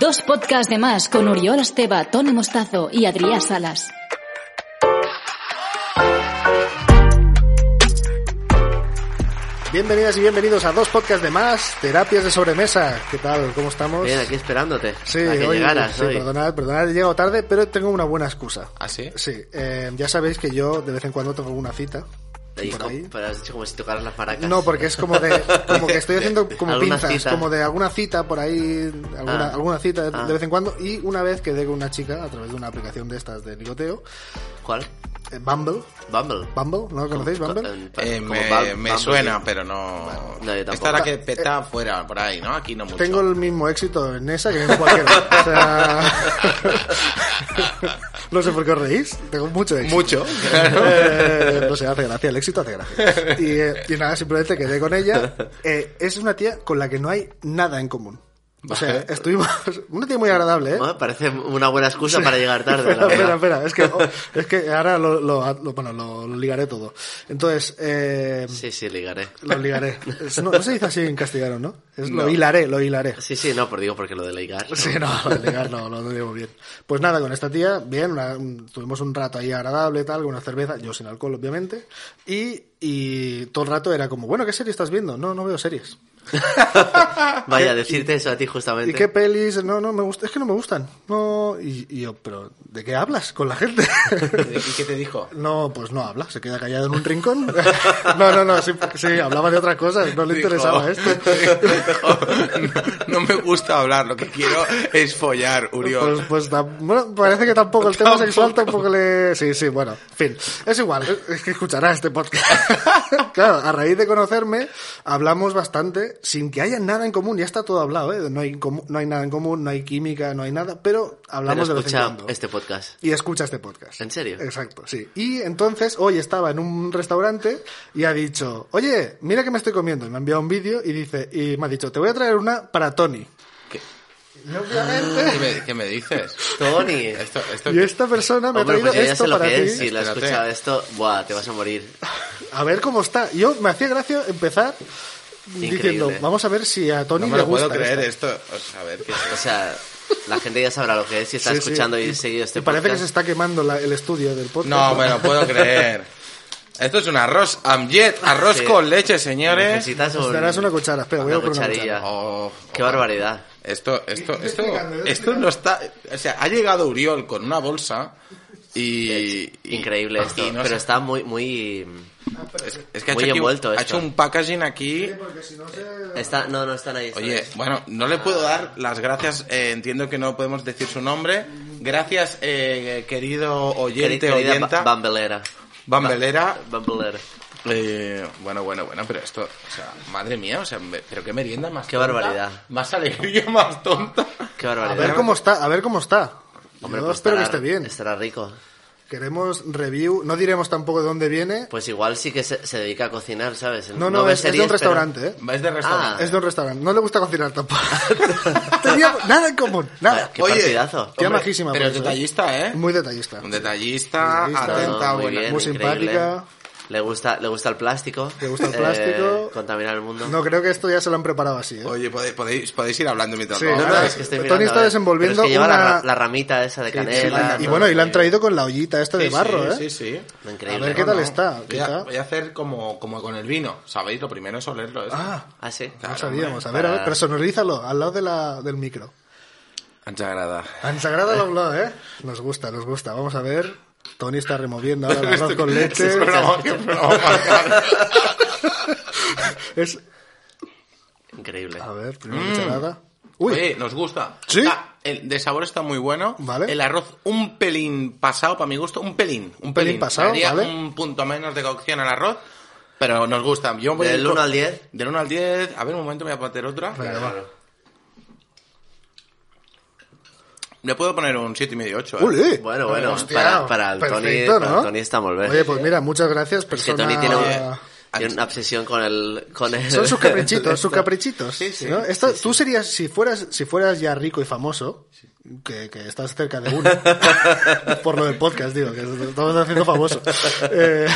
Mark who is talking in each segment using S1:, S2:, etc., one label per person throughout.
S1: Dos podcasts de más con Uriol Esteba, Tony Mostazo y Adrián Salas.
S2: Bienvenidas y bienvenidos a dos podcasts de más, terapias de sobremesa. ¿Qué tal? ¿Cómo estamos?
S3: Bien, aquí esperándote.
S2: Sí,
S3: a que
S2: hoy-
S3: llegaras
S2: sí,
S3: hoy.
S2: perdonad, perdonad, he llegado tarde, pero tengo una buena excusa.
S4: ¿Ah, sí?
S2: Sí, eh, ya sabéis que yo de vez en cuando tengo alguna cita.
S3: Y
S2: por
S3: co-
S2: ahí.
S3: Pero has hecho como si tocaras las maracas.
S2: No, porque es como de, como que estoy haciendo como
S3: Alguna
S2: pinzas,
S3: cita.
S2: como de alguna cita por ahí, alguna,
S3: Ah.
S2: alguna cita de,
S3: Ah.
S2: de vez en cuando. Y una vez quedé con una chica a través de una aplicación de estas de ligoteo,
S3: ¿Cuál?
S2: eh, Bumble.
S3: Bumble.
S2: Bumble, ¿no lo conocéis,
S3: Como-
S2: Bumble?
S3: eh,
S4: Eh,
S3: como
S4: me
S3: Bum-
S4: me
S3: Bumble,
S4: suena,
S3: sí.
S4: pero no.
S3: no, yo tampoco.
S4: Esta es la que peta afuera, por ahí, ¿no? Aquí no mucho.
S2: Tengo el mismo éxito en esa que en cualquiera. O sea, no sé por qué os reís. Tengo mucho éxito.
S4: Mucho.
S2: Eh, no sé, hace gracia. El éxito hace gracia. Y, eh, y nada, simplemente quedé con ella. Eh, es una tía con la que no hay nada en común. O sea, estuvimos... Una tía muy agradable, ¿eh?
S3: Bueno, parece una buena excusa para llegar tarde. la
S2: Espera, espera, espera.
S3: verdad.
S2: Es que, oh, es que ahora lo, lo- lo- bueno, lo, lo ligaré todo. Entonces, eh,
S3: Sí, sí, ligaré.
S2: lo ligaré. Es- no, no se dice así en castellano, ¿no? Es Lo
S4: No.
S2: hilaré, lo hilaré.
S3: Sí, sí, no, por digo porque lo de ligar. ¿no?
S2: Sí, no, legal, no, no lo digo bien. Pues nada, con esta tía, bien, una- un- tuvimos un rato ahí agradable, tal, con una cerveza, yo sin alcohol, obviamente, y, y todo el rato era como, bueno, ¿qué serie estás viendo? No, no veo series.
S3: Vaya, decirte eso a ti justamente.
S2: ¿Y qué pelis? No, no, me gusta, es que no me gustan. No, y, y yo, pero ¿de qué hablas con la gente?
S4: ¿Y qué te dijo?
S2: No, pues no habla, se queda callado en un rincón. No, no, no, sí, sí, hablaba de otras cosas, no le
S4: Dijo,
S2: interesaba esto.
S4: dijo, no, no me gusta hablar, lo que quiero es follar,
S2: Pues,
S4: Uriol.
S2: pues tam- bueno, parece que tampoco el tema
S4: Tampoco.
S2: sexual tampoco le... Sí, sí, bueno, en fin. Es igual, es- es que escuchará este podcast. claro, a raíz de conocerme, hablamos bastante sin que haya nada en común. Ya está todo hablado, ¿eh? No hay, en comu- no hay nada en común, no hay química, no hay nada, pero
S3: Pero
S2: hablamos de vez en
S3: escucha
S2: cuando.
S3: este podcast.
S2: Y escucha este podcast.
S3: ¿En serio?
S2: Exacto, sí. Y entonces hoy estaba en un restaurante y ha dicho, oye, mira que me estoy comiendo. Y me ha enviado un vídeo y dice, y me ha dicho, te voy a traer una para Tony.
S4: ¿Qué?
S2: Y obviamente...
S4: ¿Qué me, qué me dices?
S3: Tony.
S4: Esto, esto
S2: Pues- Y esta persona Ah, me ha
S3: Hombre,
S2: traído
S3: pues yo ya
S2: esto
S3: sé lo
S2: para
S3: que
S2: ti.
S3: es. Si lo has
S4: Espérate.
S3: escuchado esto, buah, te vas a morir.
S2: A ver cómo está. Yo me hacía gracia empezar diciendo,
S3: Increíble.
S2: vamos a ver si a Tony
S4: no me
S2: le
S4: lo
S2: gusta.
S4: puedo creer
S2: esta.
S4: esto. O sea, a ver, ¿qué
S3: O sea, la gente ya sabrá lo que es si está
S2: Sí, sí.
S3: escuchando y seguido este
S2: Y Parece que
S3: podcast.
S2: se está quemando la- el estudio del podcast.
S4: No me lo puedo creer. Esto es un arroz amjet, arroz
S3: Sí.
S4: con leche, señores.
S3: Necesitas un-
S2: Necesitarás una cuchara. Espera, voy a
S3: una
S2: poner una
S3: cucharilla.
S4: Oh,
S3: Qué barbaridad.
S4: Esto, esto,
S2: Estoy
S4: esto,
S2: explicando, estoy
S4: esto no está. O sea, ha llegado Uriol con una bolsa y. y-
S3: Increíble
S4: y
S3: esto.
S4: no
S3: Pero
S4: sé.
S3: está muy, muy.
S4: es, es que ha
S3: muy
S4: hecho, aquí-
S3: envuelto
S4: ha
S3: esto.
S4: hecho un packaging aquí.
S2: Porque si no se...
S3: Está, no, no están ahí. están
S4: Oye,
S3: ahí.
S4: bueno, no le puedo dar las gracias. eh, entiendo que no podemos decir su nombre. Gracias, eh, querido
S3: Queri-
S4: oyente,
S3: querida
S4: oyenta,
S3: ba- Bambelera.
S4: bambelera.
S3: Bambelera.
S4: Eh, bueno, bueno, bueno, pero esto, o sea, madre mía, o sea, me- pero qué merienda más
S3: Qué
S4: tonta,
S3: barbaridad.
S4: Más alegría, más tonta.
S3: Qué
S2: A
S3: barbaridad.
S2: ver cómo está, a ver cómo está.
S3: Hombre,
S2: Yo
S3: pues
S2: espero
S3: estará-
S2: que esté bien.
S3: Estará rico.
S2: Queremos review, no diremos tampoco de dónde viene.
S3: Pues igual sí que se, se dedica a cocinar, ¿sabes?
S2: No, no, es,
S3: ves
S2: es de
S3: series,
S2: un
S3: pero-
S2: restaurante, ¿eh?
S4: Es
S3: Ah,
S4: de restaurante.
S2: Es de un restaurante. No le gusta cocinar tampoco. Teníamos nada en común, nada.
S3: Qué partidazo.
S2: Tía
S4: Hombre,
S2: majísima,
S4: Pero
S2: por eso, ¿eh?
S4: detallista, ¿eh?
S2: Muy detallista.
S4: Un detallista,
S2: Detallista.
S4: atenta,
S3: No, muy
S4: buena.
S3: bien,
S2: Muy
S3: increíble.
S2: simpática.
S3: Le gusta, le gusta el plástico.
S2: Le gusta el
S3: Eh,
S2: plástico.
S3: contaminar el mundo.
S2: No, creo que esto ya se lo han preparado así, ¿eh?
S4: Oye, pode- podéis, podéis ir hablando mientras
S2: Sí,
S4: lo
S2: no,
S4: hago,
S2: no,
S4: ¿eh?
S2: es que
S3: estoy
S2: Tony
S3: mirando,
S2: está
S3: a ver.
S2: desenvolviendo
S3: Pero es que lleva
S2: una-
S3: la, ra- la ramita esa de eh,
S2: Sí, sí,
S3: canela.
S2: y bueno, y la han traído con la ollita esta de
S4: Sí,
S2: barro, ¿eh?
S4: sí, Sí, sí.
S3: Increíble.
S2: A ver qué tal está.
S4: Voy
S2: ¿Qué
S4: a,
S2: tal?
S4: voy a hacer como, como con el vino, ¿sabéis? Lo primero es olerlo. ¿eh? esto.
S2: Ah,
S3: Ah, sí.
S2: no
S4: Claro,
S2: sabíamos.
S4: hombre,
S2: A ver, a ver,
S3: para-
S2: personalízalo al lado de la, del micro.
S4: Ancha grada.
S2: Ansagrada lo habló, ¿eh? Nos gusta, nos gusta. Vamos a ver. Tony está removiendo ahora el arroz con leche.
S4: Qué programa, qué programa.
S2: Es-
S3: Increíble.
S2: A ver, primera cucharada. Uy,
S3: Mm.
S4: Oye, nos gusta.
S2: ¿Sí?
S4: Ah, el de sabor está muy bueno.
S2: Vale.
S4: El arroz un pelín pasado, para mi gusto, un pelín. Un pelín,
S2: pasado,
S4: Daría
S2: vale.
S4: un punto menos de cocción al arroz, pero nos gusta. Yo voy
S3: ¿Del
S4: a-
S3: 1 al 10?
S4: Del 1 al 10. A ver, un momento, me voy a poner otra. Le puedo poner un 7,5, 8.
S2: ¡Ule!
S3: Bueno, bueno,
S2: Hostia,
S3: para, para el
S2: perfecto,
S3: Tony, para
S2: ¿no?
S3: el Tony estamos bien.
S2: Oye, pues mira, muchas gracias,
S3: es que
S2: persona...
S3: Tony tiene, un-
S4: Oye,
S3: tiene una obsesión con el... Con el
S2: Son sus caprichitos, sus caprichitos.
S4: Sí, sí.
S2: ¿no? Esto- tú serías, si fueras, si fueras ya rico y famoso, que, que estás cerca de uno, por lo del podcast, digo, que estamos haciendo famoso. Eh,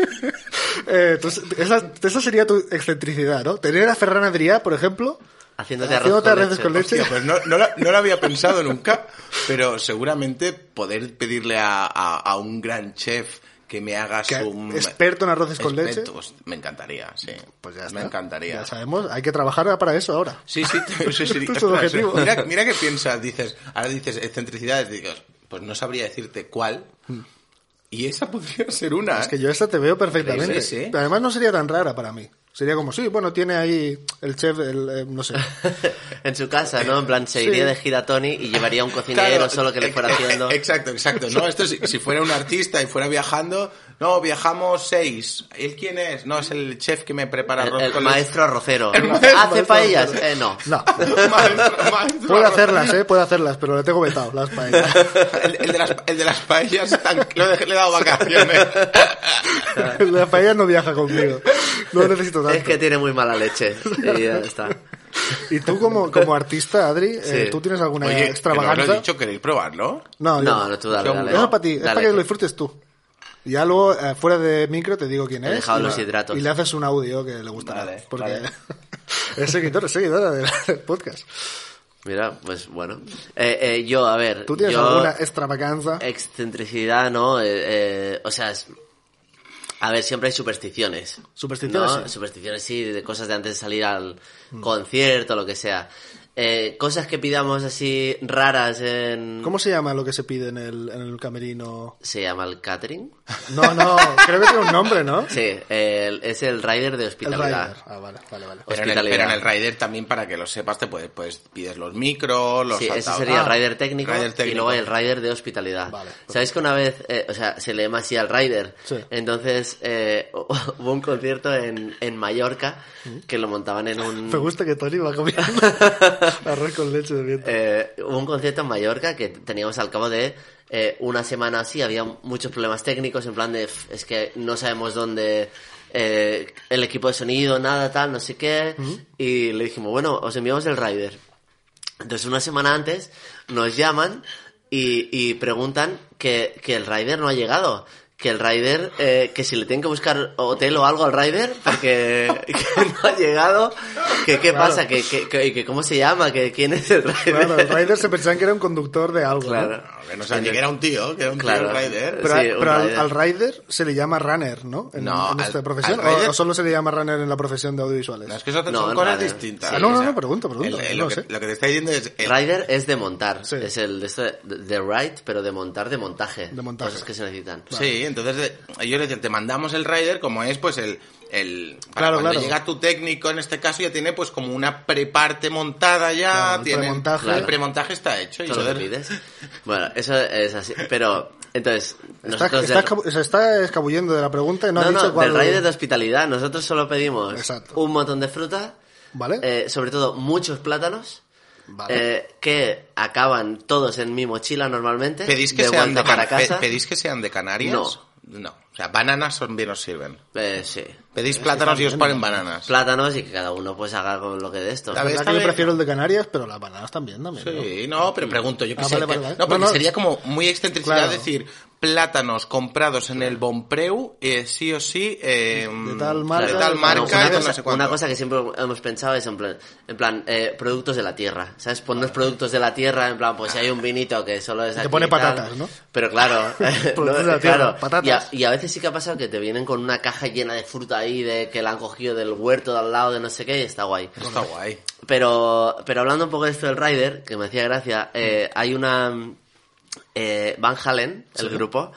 S2: eh, tú- esa, esa sería tu excentricidad, ¿no? Tener a Ferran Adrià, por ejemplo,
S3: Haciéndote arroz
S2: haciéndote
S3: con
S2: arroces
S3: leche.
S2: con leche.
S4: Hostia, pues no, no la- no lo había pensado nunca, pero seguramente poder pedirle a, a- a un gran chef que me haga
S2: Que-
S4: su...
S2: experto en arroces con leche.
S4: pues, me encantaría, sí.
S2: Pues ya está.
S4: Me encantaría.
S2: Ya sabemos, hay que trabajar para eso ahora.
S4: Sí, sí, sí, sí, sí.
S2: Esto es
S4: Ostras,
S2: un objetivo.
S4: Mira, mira qué piensas, dices, ahora dices excentricidades, dices, pues no sabría decirte cuál. Y esa podría ser una.
S2: Hmm. Es
S4: ¿eh?
S2: que yo esta te veo perfectamente.
S4: Increíble, sí.
S2: Pero además no sería tan rara para mí. Sería como, sí, bueno, tiene ahí el chef, el, eh, no sé.
S3: en su casa, ¿no? En plan, se iría
S2: Sí.
S3: de gira Tony y llevaría un cocinero
S4: Claro,
S3: solo que le fuera
S4: ex-
S3: haciendo.
S4: Exacto, exacto. No, esto si, si fuera un artista y fuera viajando, no, viajamos seis. ¿Él quién es? No, es el chef que me prepara
S3: El,
S4: arroz
S3: el
S4: con leche.
S3: maestro arrocero.
S4: El maestro
S3: ¿Hace
S4: arrocero.
S3: paellas? Eh, no.
S2: No.
S4: Maestro- maestro
S2: Puedo
S4: arroz.
S2: hacerlas, ¿eh? Puedo hacerlas, pero le tengo vetado las paellas.
S4: El, el de las, el de las paellas tan- lo dejé- le he dado vacaciones.
S2: las paellas no viaja conmigo. No necesito tanto.
S3: Es que tiene muy mala leche. Y ya está.
S2: Y tú como, como artista, Adri, eh,
S3: Sí.
S2: ¿tú tienes alguna
S4: Oye, que no lo
S2: extravaganza?
S4: he dicho, ¿queréis probarlo?
S2: no, yo
S3: No, no, tú dale, dale.
S2: Eso es para ti, es
S3: Dale,
S2: para que
S3: tú.
S2: lo disfrutes tú. Y Ya luego, eh, fuera de micro, te digo quién
S3: He
S2: es.
S3: dejado
S2: y-
S3: los hidratos.
S2: Y le haces un audio que le gustará.
S4: Vale,
S2: porque
S4: vale.
S2: es seguidor, es seguidora del, del podcast.
S3: Mira, pues bueno. Eh, eh, yo, a ver.
S2: ¿Tú tienes
S3: yo-
S2: alguna extravaganza?
S3: Excentricidad, ¿no? Eh, eh, o sea, es- a ver, siempre hay supersticiones.
S2: Supersticiones,
S3: ¿no?
S2: sí. Mm.
S3: Supersticiones, sí, de cosas de antes de salir al concierto, lo que sea. Eh, cosas que pidamos así raras en...
S2: ¿Cómo se llama lo que se pide en el, en el camerino?
S3: se llama el catering?
S2: No, no, creo que tiene un nombre, ¿no?
S3: Sí, el- es el rider de
S2: El
S3: hospitalidad.
S2: Rider. Ah, vale, vale, vale.
S4: Pero en, el,
S3: Hospitalidad.
S4: pero en el Rider también, para que lo sepas, te puedes, pues, pides los micros, los
S3: Sí, ese
S4: altavoces.
S3: sería
S2: Ah,
S3: el rider técnico,
S4: rider
S3: y
S4: técnico.
S3: luego el rider de hospitalidad.
S2: Vale.
S3: ¿Sabéis que una vez, eh, o sea, se le llama así al rider?
S2: Sí.
S3: Entonces, eh, hubo un concierto en, en Mallorca
S2: Mm.
S3: que lo montaban en un...
S2: Me gusta que Tony va comiendo arroz con leche de viento.
S3: Eh, hubo un concierto en Mallorca que teníamos al cabo de eh, una semana así, había muchos problemas técnicos, en plan de, "Pf, es que no sabemos dónde, eh, el equipo de sonido, nada, tal, no sé qué. Y le dijimos, bueno, os enviamos el rider. Entonces, una semana antes, nos llaman y, y preguntan que, que el rider no ha llegado. Que el rider, eh, que si le tienen que buscar hotel o algo al rider, porque que no ha llegado, que qué pasa, que, que, que- que cómo se llama, que quién es el rider.
S2: Claro, el Rider se pensaban que era un conductor de algo. ¿no?
S3: Claro.
S4: No, que no sabía que era un tío, que era un
S3: Claro.
S4: tío el Rider.
S2: Pero,
S3: Sí,
S2: a-
S3: un
S2: pero al,
S3: rider.
S2: al Rider se le llama runner, ¿no? En,
S4: No,
S2: en
S4: al-
S2: esta profesión.
S4: al
S2: o-
S4: rider-
S2: o solo se le llama runner en la profesión de audiovisuales.
S4: No, es que eso son
S3: No, el
S4: cosas
S3: rider.
S4: distintas.
S3: Sí.
S2: Ah, no, no, no, pregunta, pregunta,
S4: el- el-
S2: no
S4: lo,
S2: lo
S4: que,
S2: sé.
S4: lo que te está diciendo es... el-
S3: Rider es de montar,
S2: Sí.
S3: es el de, esto de, de ride, pero de montar, de montaje.
S2: De montaje.
S3: Cosas que se necesitan.
S4: Sí, entonces eh, ellos le decían, te mandamos el rider como es, pues el... el para
S2: Claro,
S4: cuando
S2: claro.
S4: llega tu técnico, en este caso, ya tiene pues como una preparte montada ya.
S2: Claro, el
S4: tiene,
S2: premontaje.
S4: El premontaje está hecho. Y
S3: Todo lo que
S4: entonces-
S3: pides. Bueno, eso es así. Pero, entonces,
S2: Está-
S3: nosotros
S2: está
S3: del-
S2: escabu- se está escabullendo de la pregunta y no, ha
S3: no,
S2: dicho
S3: no,
S2: cuál.
S3: del rider de hospitalidad. Nosotros solo pedimos
S2: Exacto.
S3: un montón de fruta,
S2: ¿Vale?
S3: eh, sobre todo muchos plátanos,
S2: Vale.
S3: eh, que acaban todos en mi mochila normalmente.
S4: ¿Pedís que,
S3: de
S4: sean
S3: vuelta
S4: de
S3: para
S4: Cana- pe-
S3: casa.
S4: ¿Pedís que sean de Canarias?
S3: No.
S4: No. O sea, bananas son- bien os sirven.
S3: Eh, sí.
S4: Pedís plátanos y os ponen bananas.
S3: Plátanos y que cada uno pues haga con lo que de esto.
S4: A
S2: La
S4: ver,
S2: verdad
S4: está
S2: que yo
S4: bien.
S2: prefiero el de Canarias, pero las bananas también, también. ¿no?
S4: Sí, no, pero pregunto, yo qué
S2: Ah,
S4: sé.
S2: vale,
S4: que-
S2: vale, vale.
S4: No, porque
S2: No, no.
S4: sería como muy excentricidad
S2: Claro.
S4: decir plátanos comprados en el Bonpreu, eh, sí o sí, eh,
S2: De tal
S4: de
S2: marca,
S4: tal
S2: de-
S4: marca,
S2: Bueno,
S4: de
S3: una,
S4: no
S3: cosa,
S4: sé cuánto.
S3: una cosa que siempre hemos pensado es en plan, en plan eh, productos de la tierra, ¿sabes? Ponnos productos de la tierra, en plan, pues si hay un vinito que solo es
S2: Te
S3: aquí
S2: pone
S3: y tal.
S2: patatas, ¿no?
S3: Pero claro,
S2: Productos de la tierra, patatas.
S3: Y a, y a veces sí que ha pasado que te vienen con una caja llena de fruta ahí, de que la han cogido del huerto de al lado, de no sé qué, y está guay.
S4: Está guay.
S3: Pero, pero hablando un poco de esto del Rider,
S2: Mm.
S3: que me hacía gracia, eh, hay una... eh, Van Halen, el grupo,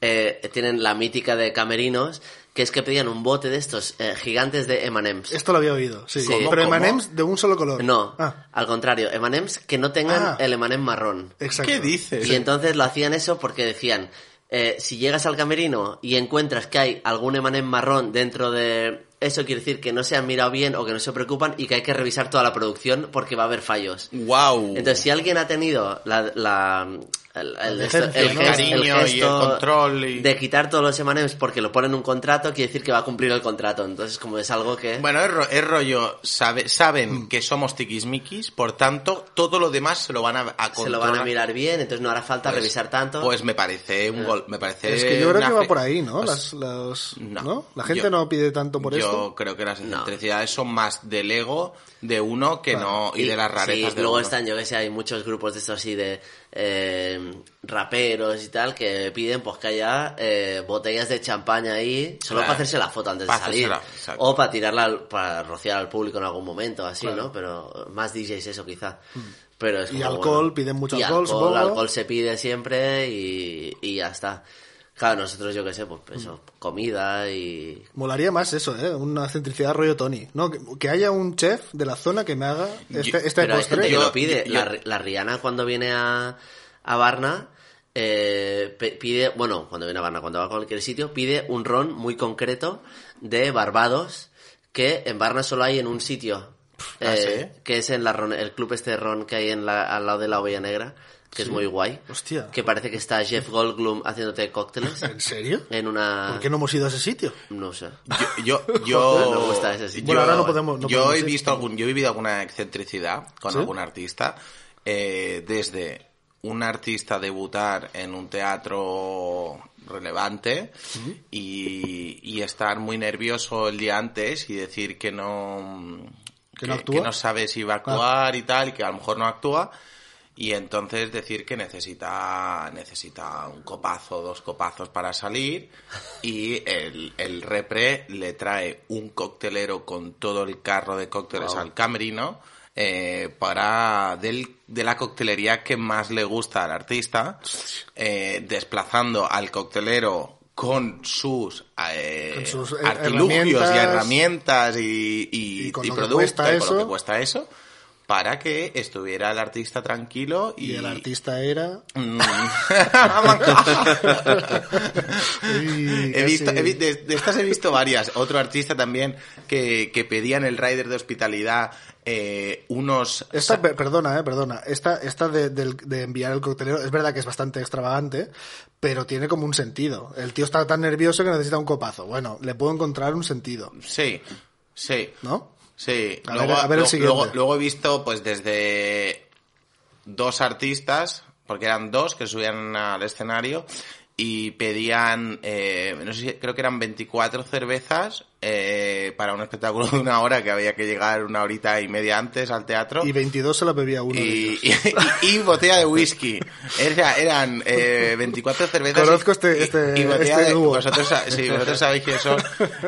S3: eh, tienen la mítica de camerinos, que es que pedían un bote de estos eh, gigantes de M&M's.
S2: Esto lo había oído, sí.
S3: Sí.
S2: Pero
S4: ¿Cómo?
S2: Emanems de un solo color.
S3: No,
S2: Ah,
S3: al contrario, M&M's que no tengan
S2: Ah.
S3: el M&M marrón.
S2: exacto.
S4: ¿Qué dices?
S3: Y entonces lo hacían eso porque decían, eh, si llegas al camerino y encuentras que hay algún emanem marrón dentro de... Eso quiere decir que no se han mirado bien o que no se preocupan y que hay que revisar toda la producción porque va a haber fallos.
S4: Wow.
S3: Entonces, si alguien ha tenido la, la- el, el-
S2: La
S3: esto-
S2: decencia,
S3: el
S2: ¿no?
S3: gest-
S4: El
S3: el
S4: cariño y
S3: gesto
S4: el control y-
S3: de quitar todos los M&M's porque lo ponen en un contrato, quiere decir que va a cumplir el contrato. Entonces, como es algo que...
S4: Bueno, es, ro- es rollo, sabe- saben que somos tiquismiquis, por tanto, todo lo demás se lo van a, a
S3: se lo van a
S4: controlar.
S3: mirar bien, entonces no hará falta
S4: Pues-
S3: revisar tanto.
S4: Pues me parece un gol, me parece...
S2: Es que yo creo
S4: una
S2: que va
S4: fe-
S2: por ahí, ¿no?
S4: Eh,
S2: Las-
S4: Pues,
S2: las-
S4: no.
S2: ¿no? La gente
S4: Yo-
S2: no pide tanto por
S4: yo
S2: esto.
S4: creo que las
S3: No.
S4: excentricidades son más del ego de uno que no... Y, de las rarezas
S3: sí,
S4: de
S3: luego
S4: uno.
S3: están, yo que sé, hay muchos grupos de estos así de eh, raperos y tal que piden pues que haya eh, botellas de champaña ahí solo
S4: Claro.
S3: para hacerse la foto antes de
S4: Para hacerse
S3: salir.
S4: la- exacto.
S3: o para tirarla, al- para rociar al público en algún momento, así, ¿no? Pero más DJs eso quizá. Pero es
S2: Mm. Y
S3: como,
S2: alcohol,
S3: bueno.
S2: piden mucho
S3: Y
S2: alcohol, supongo.
S3: alcohol se pide siempre y, y ya está. Claro, nosotros yo que sé, pues eso, comida y...
S2: Molaría más eso, ¿eh? Una centricidad rollo Tony. No, que, que haya un chef de la zona que me haga este,
S4: Yo-
S2: este
S3: Pero hay
S2: postre.
S3: gente que
S4: Yo-
S3: lo pide.
S4: yo-
S3: la, la Rihanna cuando viene a, a Barna eh, pe- pide, bueno, cuando viene a Barna, cuando va a cualquier sitio, pide un ron muy concreto de Barbados que en Barna solo hay en un sitio.
S4: Ah,
S3: eh,
S4: ¿sí?
S3: Que es en la ron- el club este de ron que hay en la- al lado de la Olla Negra, que es muy guay.
S2: Hostia.
S3: Que parece que está Jeff Goldblum haciéndote cócteles
S2: ¿En serio?
S3: en
S4: Ah.
S3: una...
S2: ¿Por qué no hemos ido a ese sitio?
S3: No sé.
S4: Yo, yo, yo,
S3: Me gusta ese sitio.
S4: yo-
S2: Bueno, ahora no podemos- no
S4: yo
S2: podemos
S4: he
S2: ir.
S4: visto algún, yo he vivido alguna excentricidad con
S2: ¿Sí?
S4: algún artista, eh, desde un artista debutar en un teatro relevante y, y estar muy nervioso el día antes y decir que no
S2: ¿Que no actúa?
S4: sabe si va a actuar y tal y que a lo mejor no actúa y entonces decir que necesita necesita un copazo, dos copazos para salir y el, el repre le trae un coctelero con todo el carro de cócteles al camerino eh, para del- de la coctelería que más le gusta al artista, eh, desplazando al coctelero con sus, eh,
S2: Con sus, eh,
S4: artilugios y
S2: herramientas.
S4: herramientas y, y-
S2: Y con
S4: y
S2: lo que
S4: producto,
S2: cuesta
S4: y con lo
S2: eso.
S4: que cuesta eso, para que estuviera el artista tranquilo
S2: Y,
S4: y,
S2: el artista era...
S4: Mm.
S2: Y
S4: he visto,
S2: casi-
S4: he vi- de, de estas he visto varias. Otro artista también que, que pedían el rider de hospitalidad eh, unos...
S2: Esta, pe- perdona, eh, perdona. Esta, esta de, del- de enviar el coctelero es verdad que es bastante extravagante, pero tiene como un sentido. El tío está tan nervioso que necesita un copazo. Bueno, le puedo encontrar un sentido,
S4: Sí, sí.
S2: ¿no?
S4: Sí,
S2: A
S4: luego,
S2: ver- a ver el
S4: lo-
S2: siguiente.
S4: luego- luego he visto pues desde dos artistas, porque eran dos que subían al escenario y pedían, eh, no sé, si- creo que eran 24 cervezas eh, para un espectáculo de una hora que había que llegar una horita y media antes al teatro.
S2: Y 22 se la bebía uno. de ellos.
S4: Y, y- y botella de whisky. Era- eran eh, 24 cervezas.
S2: Conozco
S4: y-
S2: este-
S4: y-
S2: este-
S4: y botella
S2: este
S4: de-
S2: dúo.
S4: Vosotros, sa- sí, vosotros sabéis quiénes son.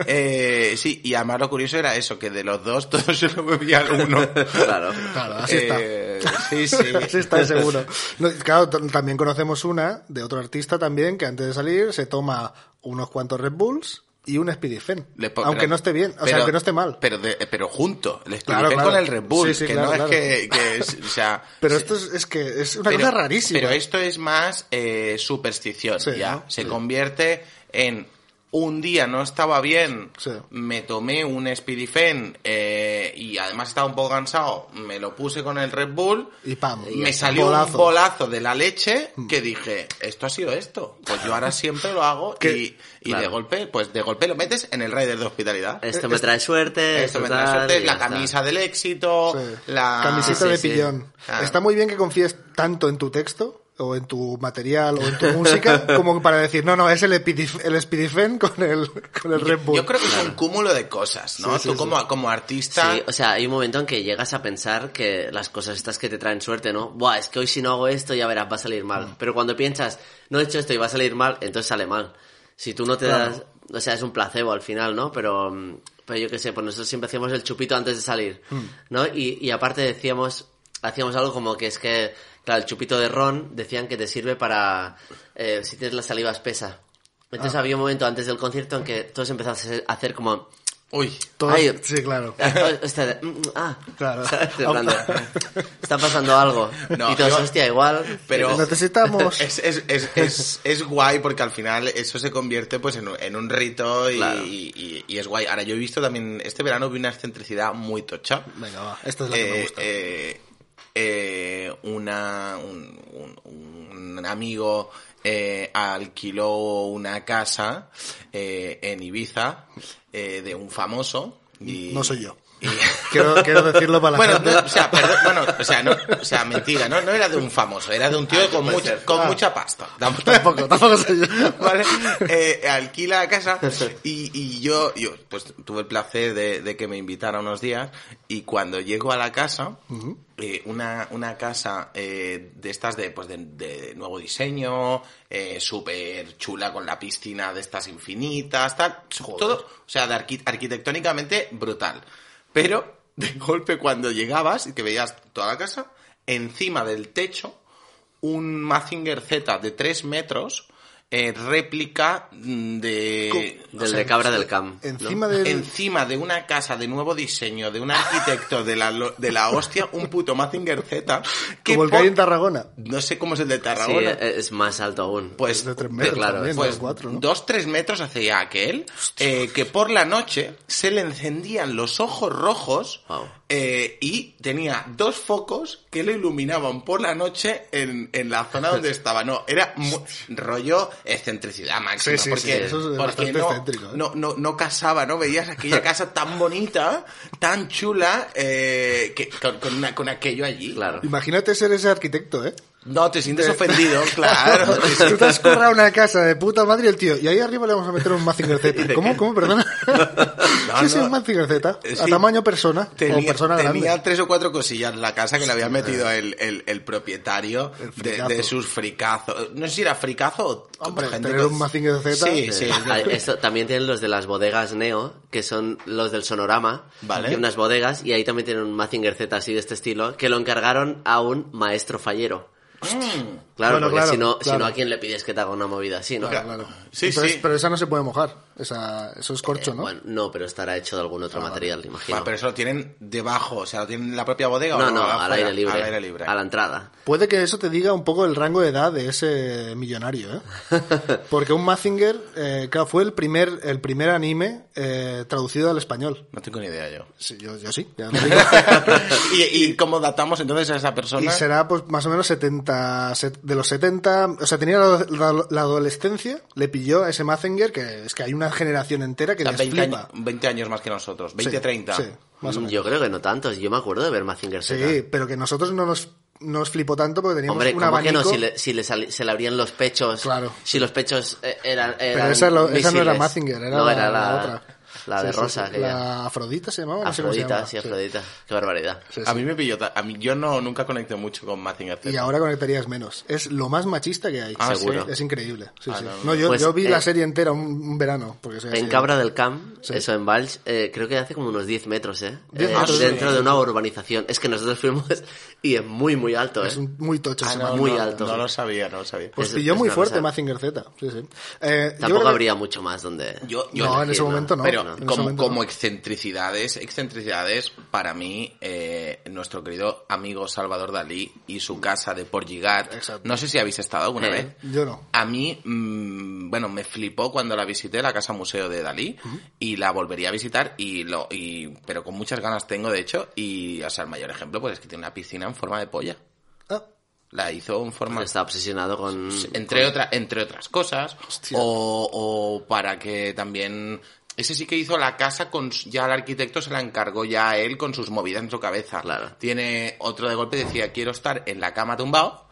S4: Eh, sí, y además lo curioso era eso, que de los dos todos se lo bebían uno.
S3: Claro.
S2: Claro, así está.
S4: Eh, sí, sí.
S2: Sí, está seguro. No, claro, t- también conocemos una de otro artista también que antes de salir se toma unos cuantos Red Bulls y un Spirifen.
S4: Le po-
S2: Aunque
S4: pero-
S2: no esté bien, o sea,
S4: pero-
S2: aunque no esté mal.
S4: Pero, de- pero junto, el
S2: Claro,
S4: Spirifen
S2: claro.
S4: con el Red Bull,
S2: Sí, sí,
S4: que
S2: claro,
S4: no
S2: claro.
S4: es que, que es- o sea,
S2: Pero
S4: se-
S2: esto es, es que es una cosa rarísima.
S4: pero esto es más eh, superstición,
S2: Sí,
S4: ya.
S2: ¿no?
S4: Se
S2: Sí.
S4: convierte en un día no estaba bien,
S2: Sí.
S4: me tomé un Spirifen eh, y además estaba un poco cansado, me lo puse con el Red Bull.
S2: Y pam,
S4: me salió
S2: bolazo. Mm.
S4: un bolazo de la leche que dije, esto ha sido esto. Pues yo ahora siempre lo hago
S2: Que-
S4: y, y de
S3: Claro.
S4: golpe, pues de golpe lo metes en el Raider de hospitalidad.
S3: Esto me trae suerte.
S4: Esto me
S3: tal,
S4: trae suerte,
S3: y
S4: la
S3: ya está.
S4: camisa del éxito,
S2: Sí.
S4: la
S2: Camiseta
S3: Sí,
S2: de
S3: sí.
S2: pillón.
S4: Ah.
S2: Está muy bien que confíes tanto en tu texto o en tu material o en tu música como para decir, no, no, es el, epidif- el Spirifen con el, con el Red Bull.
S4: Yo creo que es un cúmulo de cosas, ¿no?
S2: Sí, sí,
S4: Tú
S2: sí.
S4: como, como artista...
S3: Sí, o sea, hay un momento en que llegas a pensar que las cosas estas que te traen suerte, ¿no? Buah, es que hoy si no hago esto ya verás, va a salir mal. Pero cuando piensas, no he hecho esto y va a salir mal, entonces sale mal. Si tú no te das... O sea, es un placebo al final, ¿no? Pero, mm, pero yo qué sé, pues nosotros siempre hacíamos el chupito antes de salir, ¿no? Y, y aparte decíamos, hacíamos algo como que es que, claro, el chupito de ron decían que te sirve para eh, si tienes la saliva espesa. Entonces había un momento antes del concierto en que todos empezamos a hacer como...
S4: Uy,
S2: Todo-
S3: Ay,
S2: sí, claro.
S3: ah, hostia, de- mm, ah,
S2: Claro.
S3: En plan de, "Ah, Está pasando algo.
S4: No,
S3: y todos,
S4: yo-
S3: hostia, igual.
S4: pero...
S2: Necesitamos.
S4: Es, es, es, es, es guay porque al final eso se convierte pues en, un- en un rito y,
S3: Claro.
S4: y- y- y es guay. Ahora yo he visto también, este verano vi una excentricidad muy tocha.
S2: Venga, va. Esta es la que
S4: Eh,
S2: me gusta.
S4: eh, eh, una, un, un- un amigo eh, alquiló una casa eh, en Ibiza eh, de un famoso. Y,
S2: No soy yo.
S4: y-
S2: Quiero, quiero decirlo para la
S4: bueno,
S2: gente.
S4: no, o sea, perdón, bueno, o sea, no, o sea, mentira, no, no era de un famoso, era de un tío con,
S3: puede
S4: mucha,
S3: ser.
S4: con
S2: Ah.
S4: mucha pasta. Tampoco-
S2: Tampoco, tampoco soy yo.
S4: ¿vale? Eh, alquila la casa y, y yo, yo pues tuve el placer de, de que me invitara unos días y cuando llego a la casa, eh, una, una casa eh, de estas de, pues, de, de nuevo diseño, eh, súper chula con la piscina de estas infinitas, tal, todo, o sea, de arqui- arquitectónicamente brutal. Pero de golpe cuando llegabas y que veías toda la casa, encima del techo un Mazinger Z de 3 metros, eh, réplica mm, de...
S3: Del de Cabra del Cam. ¿no?
S2: Encima del.
S4: Encima de una casa de nuevo diseño, de un arquitecto de la, lo- de la hostia, un puto Mazinger Z. que
S2: como el que
S4: po-
S2: hay en Tarragona.
S4: No sé cómo es el de
S3: Sí,
S4: Tarragona.
S3: e, es más alto aún.
S4: pues,
S2: de tres
S4: eh,
S2: metros
S4: claro,
S2: también,
S4: pues
S2: ¿no? Cuatro, ¿no?
S4: dos, tres metros hacia aquel, eh, que por la noche se le encendían los ojos rojos
S3: Wow.
S4: eh, y tenía dos focos que lo iluminaban por la noche en, en la zona donde estaba. No, era mu- rollo excentricidad máxima,
S2: Sí, sí,
S4: porque,
S2: sí, eso es
S4: porque
S2: bastante
S4: no,
S2: excéntrico, ¿eh?
S4: no, no, no casaba, ¿no? Veías aquella casa tan bonita, tan chula, eh, que, con, con una- con aquello allí.
S3: Claro.
S2: Imagínate ser ese arquitecto, ¿eh?
S4: No, te sientes ofendido, claro. te sientes-
S2: Tú te has currado una casa de puta madre y el tío. Y ahí arriba le vamos a meter un Mazinger Z. ¿Cómo? ¿Cómo? Perdona. sí, sí,
S4: no.
S2: un Mazinger Z.
S4: Eh,
S2: A
S4: sí.
S2: tamaño persona. o
S4: Tenía,
S2: persona
S4: tenía
S2: grande.
S4: tres o cuatro cosillas en la casa que le había metido el, el- el propietario
S2: El
S4: de,
S2: fricazo.
S4: de sus fricazos. No sé si era fricazo o
S2: Hombre,
S4: como gente
S2: tener
S4: con-
S2: un Mazinger Z. eh.
S4: Sí, sí.
S3: Ah, esto también tienen los de las bodegas Neo, que son los del Sonorama,
S4: Vale.
S3: tienen unas bodegas y ahí también tienen un Mazinger Z así de este estilo, que lo encargaron a un maestro fallero.
S4: Mm.
S3: Claro,
S2: Bueno,
S3: porque
S2: claro,
S3: si no, si
S2: claro.
S3: no, ¿a quién le pides que te haga una movida así, no?
S4: Claro.
S2: Claro.
S4: Sí, Eh,
S2: Entonces,
S4: sí.
S2: Pero esa no se puede mojar. Esa, eso es corcho, ¿no?
S3: Bueno, no, pero estará hecho de algún otro material, imagino.
S4: Ah, Va, pero eso lo tienen debajo, o sea, lo tienen en la propia bodega
S3: no,
S4: o
S3: no, al
S4: afuera?
S3: aire libre.
S4: Al aire libre.
S3: A la entrada.
S2: Puede que eso te diga un poco el rango de edad de ese millonario, ¿eh? Porque un Mazinger, eh, claro, fue el primer, el primer anime eh, traducido al español.
S4: No tengo ni idea yo.
S2: Sí, yo, yo sí, ya lo digo.
S4: ¿Y, y cómo datamos entonces a esa persona?
S2: Y será pues más o menos 70, set- de los 70, o sea, tenía la, la- la adolescencia, le pilló a ese Mazinger, que es que hay una generación entera que
S4: O sea,
S2: les
S4: 20,
S2: flipa.
S4: años, 20 años más que nosotros,
S2: Sí,
S4: 20, 30.
S2: Sí, más o menos.
S3: Mm, Yo creo que no tantos. Yo me acuerdo de ver Mazinger Z.
S2: Sí, pero que nosotros no nos, nos flipó tanto porque teníamos
S3: Hombre,
S2: un
S3: ¿cómo que
S2: abanico.
S3: no? Si, le, si le sali- se le abrían los pechos.
S2: Claro.
S3: Si los pechos eh, eran. eran
S2: Pero esa, lo- esa no era
S3: misiles.
S2: Mazinger, era,
S3: No,
S2: la,
S3: era la,
S2: la otra.
S3: la de
S2: Sí, sí,
S3: Rosa,
S2: sí.
S3: aquella.
S2: La Afrodita se llamaba, no sé cómo se
S3: Afrodita,
S2: llamaba.
S3: sí,
S2: Sí.
S3: Afrodita. Qué barbaridad.
S2: Sí, sí.
S4: A mí me pilló, ta- a mí, yo no, nunca conecté mucho con Mazinger Z.
S2: Y ahora conectarías menos. Es lo más machista que hay.
S4: Ah, Seguro.
S3: ¿sí?
S2: Es increíble. Sí, sí.
S4: no, no.
S2: No, yo,
S3: Pues,
S2: yo vi
S3: eh,
S2: la serie entera un, un verano. Porque soy
S3: En
S2: así.
S3: Cabra del Camp,
S2: Sí.
S3: eso en Valls, eh, creo que hace como unos 10 metros, ¿eh?
S2: 10
S3: Eh,
S2: metros,
S3: dentro
S4: sí.
S3: de una urbanización. Es que nosotros fuimos y es muy, muy alto, ¿eh?
S2: Es un- muy tocho.
S4: Ah,
S2: ese
S4: no,
S2: man.
S3: muy
S4: no,
S3: alto.
S4: No lo sabía, no lo sabía.
S2: Pues
S3: es-
S2: pilló
S3: es
S2: muy
S3: una
S2: fuerte
S3: cosa-
S2: Mazinger Z. Sí, sí. Eh, yo creo
S3: Tampoco
S2: que-
S3: habría mucho más donde...
S4: Yo- yo
S2: No, en
S3: decir,
S2: ese
S3: no,
S2: momento no.
S4: Pero
S2: en ese
S4: como,
S2: momento
S4: como
S2: no.
S4: excentricidades, excentricidades, para mí, eh, nuestro querido amigo Salvador Dalí y su casa de Porgigat,
S2: Exacto.
S4: no sé si habéis estado alguna
S3: Eh.
S4: vez.
S2: Yo no.
S4: A mí, mm, bueno, me flipó cuando la visité, la casa museo de Dalí, y la volvería a visitar, y lo, y, pero con muchas ganas tengo, de hecho, y, o sea, el mayor ejemplo, pues es que tiene una piscina en forma de polla.
S2: Ah,
S4: La hizo en forma
S2: Pues
S3: Está obsesionado con...
S4: entre, otra, entre otras cosas. O, o para que también... Ese sí que hizo la casa con... s- Ya el arquitecto se la encargó ya a él con sus movidas en su cabeza.
S3: Claro.
S4: Tiene otro de golpe, decía, quiero estar en la cama tumbado,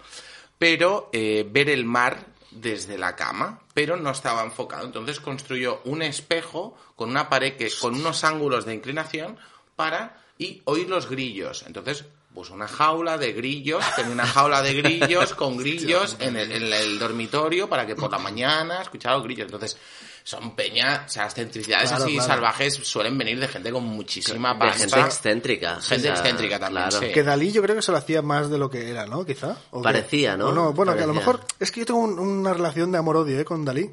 S4: pero eh, ver el mar desde la cama, pero no estaba enfocado. Entonces construyó un espejo con una pared que con unos ángulos de inclinación para y oír los grillos. Entonces puso una jaula de grillos, tenía una jaula de grillos con grillos en el, en el dormitorio para que por la mañana escuchara los grillos. Entonces son peña, o sea, las excentricidades
S2: Claro,
S4: así
S2: claro.
S4: salvajes suelen venir de gente con muchísima
S3: De
S4: Ah, pasta.
S3: gente excéntrica.
S4: Gente excéntrica también,
S3: Eh,
S4: sí.
S2: Que Dalí yo creo que se lo hacía más de lo que era, ¿no? Quizá. ¿o qué?
S3: Parecía, ¿no?
S2: O bueno, que a lo
S3: Parecía.
S2: mejor... Es que yo tengo un- una relación de amor-odio ¿eh? con Dalí.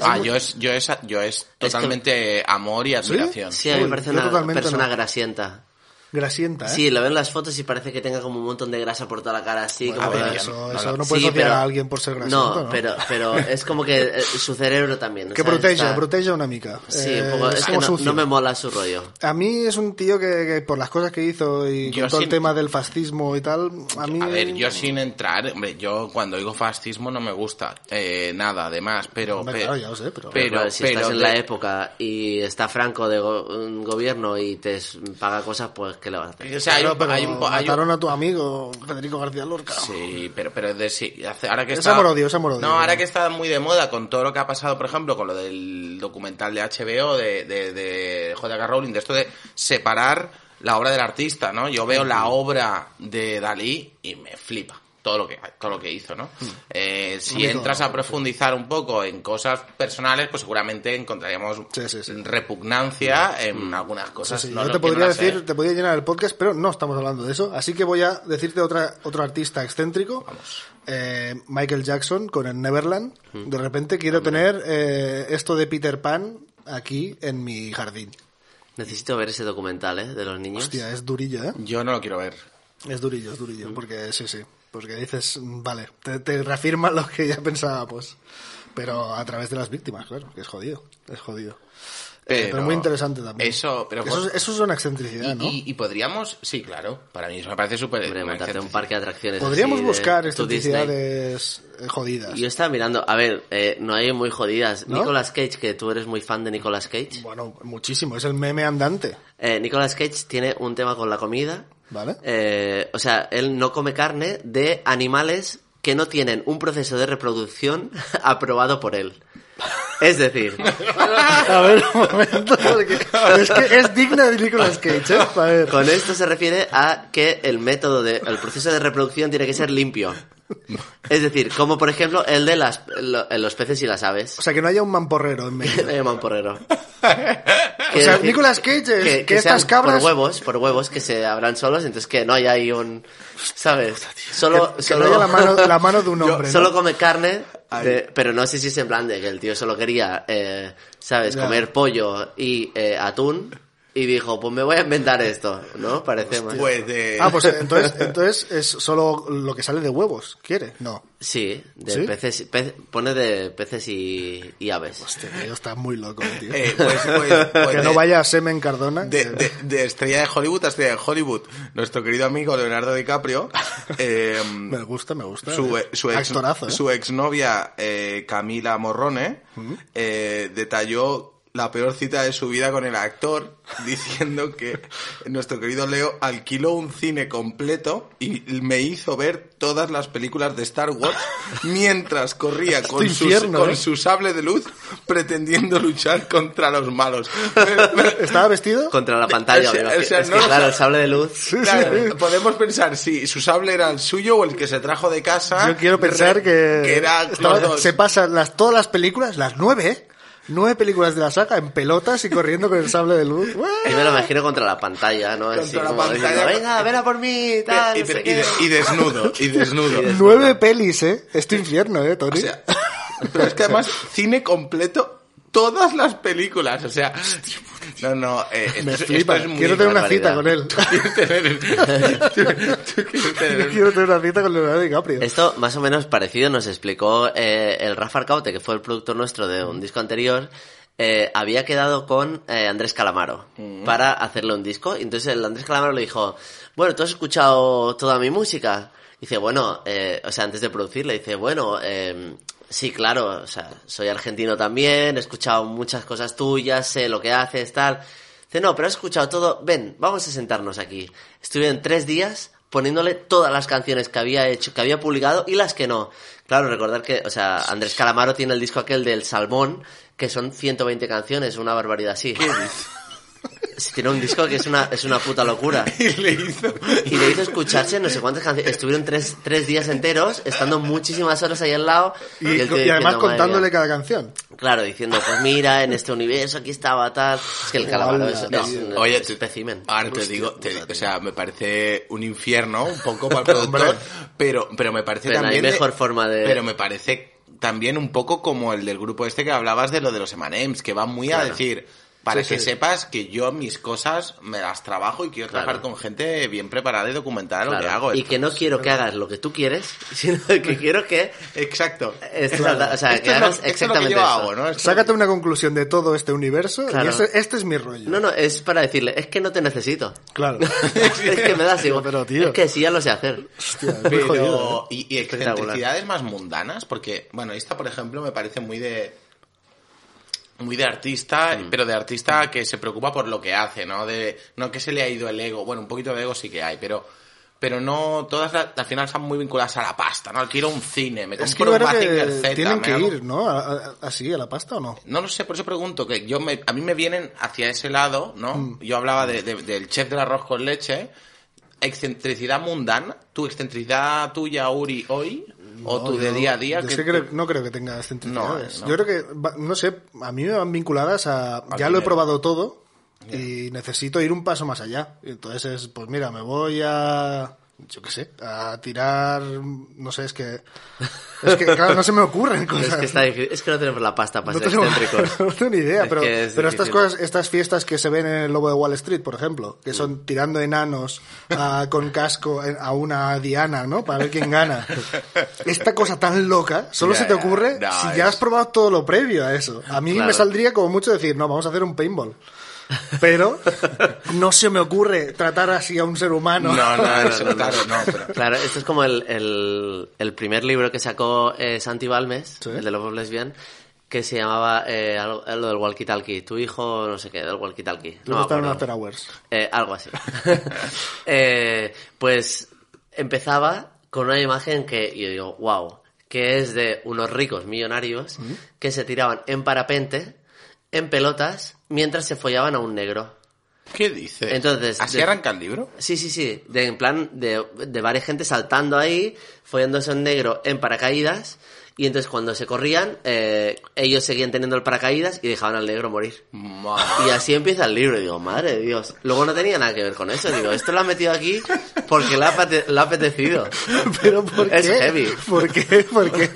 S4: Ah, yo es, yo es, yo es
S3: que-
S4: totalmente amor y admiración.
S3: Sí, a mí
S2: Uy,
S3: me parece
S2: yo
S3: una
S2: totalmente
S3: persona
S2: no.
S3: grasienta.
S2: Grasienta, ¿eh?
S3: Sí, lo veo en las fotos y parece que tenga como un montón de grasa por toda la cara, así
S2: Bueno,
S3: como...
S2: a ver,
S4: de-
S2: eso,
S4: no,
S2: eso
S4: no,
S2: no puedes
S3: Sí,
S2: odiar
S3: pero-
S2: a alguien por ser grasiento,
S3: no,
S2: ¿no?
S3: pero, pero es como que eh, su cerebro también.
S2: Que
S3: ¿sabes?
S2: protege,
S3: Está-
S2: protege una mica.
S3: Sí,
S2: Eh,
S3: un poco, es que
S2: como
S3: no,
S2: sucio.
S3: no me mola su rollo.
S2: A mí es un tío que, que por las cosas que hizo y
S4: Yo
S2: con todo el
S4: sí-
S2: tema del fascismo y tal, a mí...
S4: A ver, yo sin entrar, hombre, yo cuando oigo fascismo no me gusta eh, nada, además, pero...
S2: Hombre,
S4: pe-
S2: claro, ya lo sé, pero-
S4: Pero,
S3: Igual, si
S4: pero
S3: estás en
S4: de-
S3: la época y está Franco de go- un gobierno y te s- paga cosas, pues ¿qué le vas a hacer?
S4: O sea, hay
S2: Claro,
S4: un,
S2: pero
S4: hay un- hay un-
S2: mataron a tu amigo Federico García Lorca.
S4: Sí, pero, pero de, sí, hace- ahora que
S2: Es
S4: está...
S2: amor-odio, es amor-odio.
S4: No, ahora que está muy de moda con todo lo que ha pasado, por ejemplo, con lo del documental de HBO de, de, de J.K. Rowling, de esto de separar la obra del artista, ¿no? Yo veo la obra de Dalí y me flipa todo lo que todo lo que hizo, ¿no?
S2: Hmm.
S4: Eh, si
S2: Amigo.
S4: entras a profundizar un poco en cosas personales, pues seguramente encontraríamos
S2: Sí, sí, sí.
S4: repugnancia en algunas cosas.
S2: Sí, yo
S4: no lo
S2: te
S4: que eh.
S2: podría
S4: no las sé.
S2: decir, te podría llenar el podcast, pero no estamos hablando de eso. Así que voy a decirte otra, otro artista excéntrico. Eh, Michael Jackson con el Neverland.
S4: Mm.
S2: De repente quiero tener eh, esto de Peter Pan aquí en mi jardín.
S3: Necesito ver ese documental, ¿eh? De los niños.
S2: Hostia, es durillo, ¿eh?
S4: Yo no lo quiero ver.
S2: Es durillo, es
S4: Mm.
S2: durillo. Porque sí, sí. Porque dices, mm, vale, te, te reafirma lo que ya pensábamos. Pero a través de las víctimas, claro, que es jodido. Es jodido. Eh, Pero,
S4: Pero
S2: muy interesante también.
S4: eso- pero
S2: eso,
S4: por-
S2: es- eso es una excentricidad, ¿no?
S4: Y, y podríamos, sí, claro, para mí eso me parece súper...
S3: Hombre,
S4: una
S3: montarte un
S4: excentricidad.
S3: parque de atracciones.
S2: Podríamos
S3: así de-
S2: buscar
S3: tu Disney.
S2: excentricidades eh, jodidas.
S3: Yo estaba mirando, a ver, eh, no hay muy jodidas.
S2: ¿No?
S3: Nicolas Cage, que tú eres muy fan de Nicolas Cage.
S2: Bueno, muchísimo. Es el meme andante.
S3: Eh, Nicolas Cage tiene un tema con la comida.
S2: Vale.
S3: Eh, o sea, él no come carne de animales que no tienen un proceso de reproducción aprobado por él. Es decir,
S2: A ver, un momento. porque es que es digna de Nicolas Cage, ¿eh? A ver.
S3: con esto se refiere a que el método de, el proceso de reproducción tiene que ser limpio. Es decir, como por ejemplo el de las, lo- eh, los peces y las aves.
S2: O sea, que no haya un mamporrero en medio.
S3: Me llaman porrero.
S2: O sea, Nicolas Cage es que estas
S3: sean
S2: cabras-
S3: Por huevos, por huevos que se abran solos, entonces que no haya ahí un. ¿Sabes? Solo.
S2: Que
S3: solo
S2: no haya la mano, la mano de un hombre. ¿no?
S3: Solo come carne, de- pero no sé si es en plan de que el tío solo quería, eh, ¿sabes?
S2: Ya.
S3: Comer pollo y eh, atún. Y dijo, pues me voy a inventar esto, ¿no? Parece más.
S4: Pues de...
S2: Ah, pues eh, entonces, entonces es solo lo que sale de huevos. ¿Quiere? No.
S3: Sí, de
S2: ¿Sí?
S3: peces, pez- pone de peces y, y aves.
S2: Hostia, pues, tío, está muy loco, tío.
S4: Eh, pues, pues- pues
S2: que
S4: de,
S2: no vaya a semen Cardona.
S4: de,
S2: que-
S4: de- de estrella de Hollywood a estrella de Hollywood. Nuestro querido amigo Leonardo DiCaprio, eh,
S2: Me gusta, me gusta.
S4: su, e-
S2: eh.
S4: su ex,
S2: Actorazo, ¿eh?
S4: su exnovia eh, Camila Morrone eh, detalló la peor cita de su vida con el actor, diciendo que nuestro querido Leo alquiló un cine completo y me hizo ver todas las películas de Star Wars mientras corría con, sus-
S2: infierno,
S4: con
S2: ¿eh?
S4: su sable de luz pretendiendo luchar contra los malos. Pero- pero-
S2: ¿Estaba vestido?
S3: Contra la pantalla,
S4: o sea,
S3: me imagino.
S4: o sea,
S3: Es
S4: no
S3: que,
S4: lo
S3: claro,
S4: sabe.
S3: el sable de luz.
S4: Claro, podemos pensar si su sable era el suyo o el que se trajo de casa.
S2: Yo quiero pensar
S4: Re-
S2: que,
S4: era
S2: estaba-
S4: los dos.
S2: se pasan las, todas las películas, las nueve, ¿eh? nueve películas de la saga en pelotas y corriendo con el sable de luz. ¡Uah!
S3: Yo me lo imagino contra la pantalla, ¿no?
S4: Contra
S3: Así
S4: la
S3: como diciendo,
S4: pantalla.
S3: Venga, ven a por mí, tal,
S4: y,
S3: no sé
S4: y-
S3: qué".
S4: y- y desnudo, y desnudo.
S2: Nueve pelis, ¿eh? Este infierno, ¿eh, Tony?
S4: O sea, pero es que además, cine completo, todas las películas. O sea, no, no, eh, esto,
S2: me
S4: es- esto
S2: flipa.
S4: es muy
S2: Quiero tener una cita
S3: barbaridad.
S2: con él.
S4: Quieres tener- tú- tú quieres tener-
S2: Quiero tener una cita con Leonardo DiCaprio.
S3: Esto, más o menos parecido, nos explicó eh, el Rafa Arcaute, que fue el productor nuestro de un disco anterior. eh, había quedado con eh, Andrés Calamaro
S4: Mm.
S3: para hacerle un disco. Y Entonces el Andrés Calamaro le dijo, bueno, ¿tú has escuchado toda mi música? Dice, bueno, eh, o sea, antes de producir, le dice, bueno, eh, sí, claro, o sea, soy argentino también, he escuchado muchas cosas tuyas, sé lo que haces, tal. Dice, no, pero he escuchado todo. Ven, vamos a sentarnos aquí. Estuvieron tres días poniéndole todas las canciones que había hecho, que había publicado y las que no. Claro, recordar que, o sea, Andrés Calamaro tiene el disco aquel del Salmón, que son 120 canciones, una barbaridad así. si tiene un disco que es una, es una puta locura.
S4: Y le hizo.
S3: Y le hizo escucharse no sé cuántas canciones. Estuvieron tres, tres días enteros, estando muchísimas horas ahí al lado.
S2: Y,
S3: el tío
S2: y además
S3: diciendo, "Madre
S2: contándole
S3: mía".
S2: cada canción.
S3: Claro, diciendo, pues mira, en este universo aquí estaba tal. Es que el calabazo es,
S2: No,
S3: es un
S4: Oye,
S3: es
S4: te-
S3: espécimen.
S4: ahora Ah, te
S3: Hostia,
S4: digo, te-
S3: puta,
S4: o
S3: tío.
S4: sea, me parece un infierno un poco para el productor,
S2: Hombre.
S4: pero, pero me parece
S3: Pero hay
S4: también... de-
S3: mejor forma de-
S4: Pero me parece también un poco como el del grupo este que hablabas de lo de los Emanems, que va muy a
S3: Claro.
S4: decir, para
S2: Sí,
S4: que
S2: sí.
S4: sepas que yo mis cosas me las trabajo y quiero
S3: Claro.
S4: trabajar con gente bien preparada y documentada lo que
S3: Claro,
S4: hago.
S3: y que no quiero que hagas lo que tú quieres, sino que quiero que...
S4: Exacto.
S3: Esto, Eh, O sea,
S4: Esto
S3: que
S4: es lo-
S3: hagas
S4: esto es lo que
S3: exactamente
S4: yo
S3: eso.
S4: hago, ¿no? Esto es lo
S2: Sácate una conclusión de todo este universo
S3: Claro.
S2: y ese- este es mi rollo.
S3: No, no, es para decirle, es que no te necesito.
S2: Claro.
S3: es que me das igual.
S2: Pero, tío.
S3: Es que sí, ya lo sé hacer.
S2: Hostia, es muy
S4: Pero,
S2: jodido, ¿eh?
S4: y, y
S3: Espectacular.
S4: excentricidades más mundanas, porque, bueno, esta, por ejemplo, me parece muy de. Muy de artista,
S2: Mm.
S4: pero de artista que se preocupa por lo que hace, ¿no? De, no que se le ha ido el ego. Bueno, un poquito de ego sí que hay, pero. Pero no, todas la- al final están muy vinculadas a la pasta, ¿no? Quiero un cine, me
S2: Es que
S4: compro
S2: yo
S4: un
S2: creo
S4: Mazinger
S2: que
S4: Z.
S2: tienen
S4: me
S2: que
S4: hago-
S2: ir, ¿no? A- a- ¿Así, a la pasta o no?
S4: no lo sé, por eso pregunto, que yo me, a mí me vienen hacia ese lado, ¿no?
S2: Mm.
S4: Yo hablaba de- de- del chef del arroz con leche, excentricidad mundana, tu excentricidad tuya, Uri, hoy, o tu
S2: No,
S4: de
S2: yo-
S4: día a día.
S2: yo
S4: que
S2: es que
S4: tú-
S2: creo- no creo que tenga excentricidades.
S4: No, no.
S2: Yo creo que, va- no sé, a mí me van vinculadas a... ya lo he
S4: dinero.
S2: probado todo y necesito ir un paso más allá. Y Entonces es, pues mira, me voy a... Yo qué sé, a tirar... No sé, es que... Es que, claro, no se me ocurren
S3: Pero
S2: cosas.
S3: es, que está difícil. es que no tenemos la pasta para
S2: no
S3: ser
S2: tengo,
S3: excéntricos.
S2: no tengo ni idea,
S3: Es
S2: pero,
S3: que es
S2: pero estas
S3: difícil.
S2: cosas, estas fiestas que se ven en el Lobo de Wall Street, por ejemplo, que son tirando enanos ah, con casco en- a una diana, ¿no? Para ver quién gana. Esta cosa tan loca solo
S4: Ya,
S2: se te
S4: ya.
S2: ocurre
S4: No,
S2: si
S4: es-
S2: ya has probado todo lo previo a eso. A mí
S3: Claro.
S2: me saldría como mucho decir, no, vamos a hacer un paintball. Pero no se me ocurre tratar así a un ser humano.
S4: No, no, no,
S3: no, no, no.
S4: claro, no, pero-
S3: Claro, esto es como el, el, el primer libro que sacó eh, Santi Balmes,
S2: Sí.
S3: el de Love of Lesbian, que se llamaba eh, algo, lo del walkie-talkie. Tu hijo, no sé qué, del walkie-talkie.
S2: Luego
S3: No me
S2: están en
S3: acuerdo.
S2: After Hours.
S3: Eh, algo así. Eh, pues empezaba con una imagen que yo digo, wow, que es de unos ricos millonarios que se tiraban en parapente, en pelotas, mientras se follaban a un negro.
S4: ¿Qué dice?
S3: Entonces,
S4: ¿Así
S3: de-
S4: arranca el libro?
S3: Sí, sí, sí. De, en plan, de, de varias gente saltando ahí, follándose en negro en paracaídas. Y entonces cuando se corrían, eh, ellos seguían teniendo el paracaídas y dejaban al negro morir.
S4: Madre-
S3: Y así empieza el libro. Y digo, madre de Dios. Luego no tenía nada que ver con eso. Digo, esto lo ha metido aquí porque le ha, apete- le ha apetecido.
S2: Pero ¿por qué?
S3: Es heavy.
S2: ¿Por qué? ¿Por qué?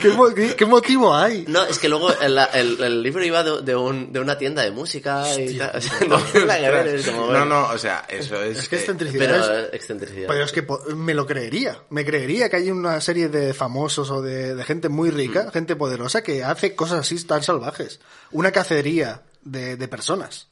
S2: ¿Qué, mo- qué motivo hay?
S3: No, es que luego el, el- el libro iba de, de un- de una tienda de música y tal. O sea, no tiene nada que ver, es como,
S4: no,
S3: bueno.
S4: no, Pues, o sea, eso es...
S2: Es que
S4: eh,
S2: excentricidad
S3: Pero
S2: es-
S3: eh, excentricidad.
S2: Pero es que po- me lo creería. Me creería que hay una serie de famosos o de, de gente muy rica,
S4: Mm.
S2: gente poderosa, que hace cosas así tan salvajes. Una cacería de, de personas.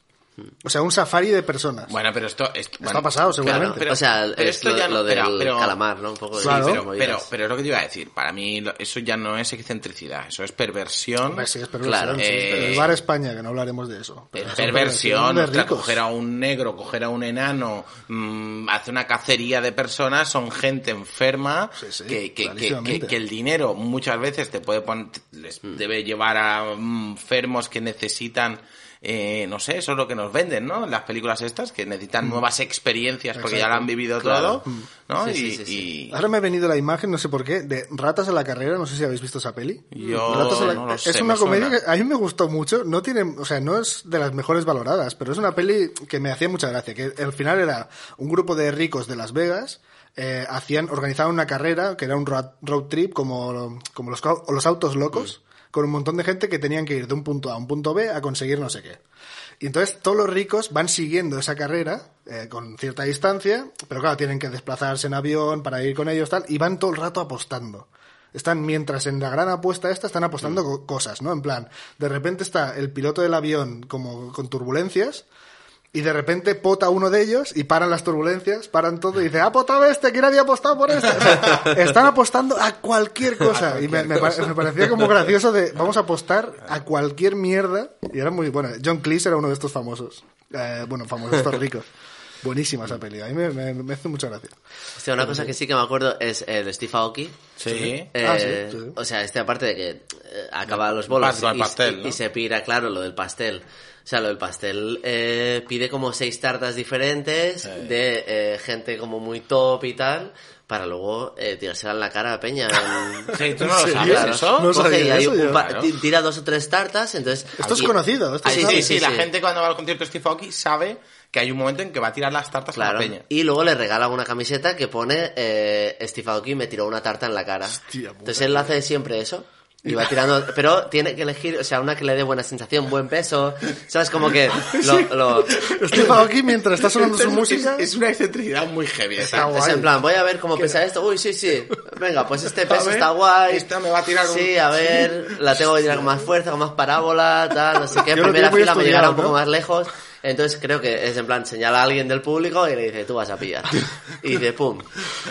S2: O sea, un safari de personas.
S4: Mm. Bueno, pero esto... esto
S2: ha pasado, seguramente.
S3: Claro, o sea,
S4: pero
S3: es
S4: esto
S3: lo,
S4: ya no-
S3: lo del
S4: pero- pero-
S3: calamar, ¿no? Un poco de
S4: Sí,
S2: Claro.
S3: esas
S4: pero,
S3: movidas.
S4: pero, pero es lo que te iba a decir. Para mí lo- eso ya no es excentricidad, eso es perversión.
S2: Hombre, sí, es perversión,
S3: claro,
S2: sí,
S4: eh,
S2: pero el bar España, que no hablaremos de Pues eso. Pero
S4: Es
S2: es
S4: perversión,
S2: de
S4: ostras,
S2: ricos.
S4: coger a un negro, coger a un enano, mm, hace una cacería de personas, son gente enferma,
S2: Sí, sí,
S4: que, que- que-
S2: clarísimamente.
S4: que- que el dinero muchas veces te puede pon- les debe llevar a mm, enfermos que necesitan, eh, no sé, eso es lo que nos venden, ¿no? Las películas estas, que necesitan
S2: Mm.
S4: nuevas experiencias porque ya lo han vivido
S3: Claro.
S4: todo, ¿no?
S3: Sí,
S4: y,
S3: sí, sí, sí.
S4: y-
S2: Ahora me ha venido la imagen, no sé por qué, de Ratas a la Carrera, no sé si habéis visto esa peli.
S4: Yo
S2: Ratas a la-
S4: no lo sé,
S2: es una
S4: me suena.
S2: comedia que a mí me gustó mucho, no tiene, o sea, no es de las mejores valoradas, pero es una peli que me hacía mucha gracia, que al final era un grupo de ricos de Las Vegas, eh, hacían, organizaban una carrera que era un road, road trip como, como los, cau- los autos locos,
S4: Mm.
S2: con un montón de gente que tenían que ir de un punto A a un punto B a conseguir no sé qué. Y entonces todos los ricos van siguiendo esa carrera eh, con cierta distancia, pero claro, tienen que desplazarse en avión para ir con ellos, tal, y van todo el rato apostando. Están, mientras en la gran apuesta esta, están apostando co- cosas, ¿no? En plan, de repente está el piloto del avión como con turbulencias, y de repente pota uno de ellos y paran las turbulencias, paran todo y dice, ha potado este, que nadie ha apostado por este. O sea, Están apostando a cualquier cosa. y me, me pa- me parecía como gracioso de, vamos a apostar a cualquier mierda. Y era muy bueno. John Cleese era uno de estos famosos. Eh, bueno, famosos, estos ricos. Buenísima esa peli. A mí me, me- me hace mucha gracia.
S3: O sea, una cosa que sí que me acuerdo es el Steve Aoki.
S4: Sí.
S3: Eh,
S2: Ah, sí, sí.
S3: O sea, este aparte de que eh, acaba los bolos
S4: Vas con el
S3: y,
S4: pastel,
S3: y-
S4: ¿no?
S3: y se pira, claro, lo del pastel. O sea, lo del pastel eh, pide como seis tartas diferentes
S4: Eh.
S3: de eh, gente como muy top y tal, para luego eh, tirársela en la cara a Peña. en-
S4: Sí, ¿tú no lo
S2: ¿En
S4: sabes
S2: serio?
S4: eso?
S2: No
S3: Coge
S2: sabía
S3: y hay
S2: eso
S3: un
S2: yo.
S3: pa-
S4: Claro.
S3: ti- tira dos o tres tartas, entonces...
S2: Esto es
S3: aquí-
S2: conocido, esto
S3: Ah,
S2: es
S4: Sí,
S2: Claro,
S4: sí, sí, la gente cuando va al concierto de Steve Aoki sabe que hay un momento en que va a tirar las tartas
S3: Claro.
S4: a la peña.
S3: Y luego le regala una camiseta que pone eh, Steve Aoki me tiró una tarta en la cara.
S2: Hostia puta.
S3: Entonces él hace siempre eso. Y va tirando, pero tiene que elegir, o sea, una que le dé buena sensación, buen peso, ¿sabes? Como que lo, lo-
S2: Estoy pagado aquí mientras está sonando su música.
S4: Es, es una excentricidad muy heavy. esa.
S2: Está
S3: es
S2: guay.
S3: en plan, voy a ver cómo pesa esto. Uy, sí, sí. Venga, pues este peso
S4: ver,
S3: está guay.
S4: esta me va a tirar un-
S3: Sí, a ver, la tengo que tirar con más fuerza, con más parábola, tal, no sé qué.
S2: Yo lo
S3: Primera
S2: tengo muy
S3: fila me llegará
S2: estudiado,
S3: un poco
S2: ¿no?
S3: más lejos. Entonces creo que es en plan, señala a alguien del público y le dice, tú vas a pillar. Y dice, pum.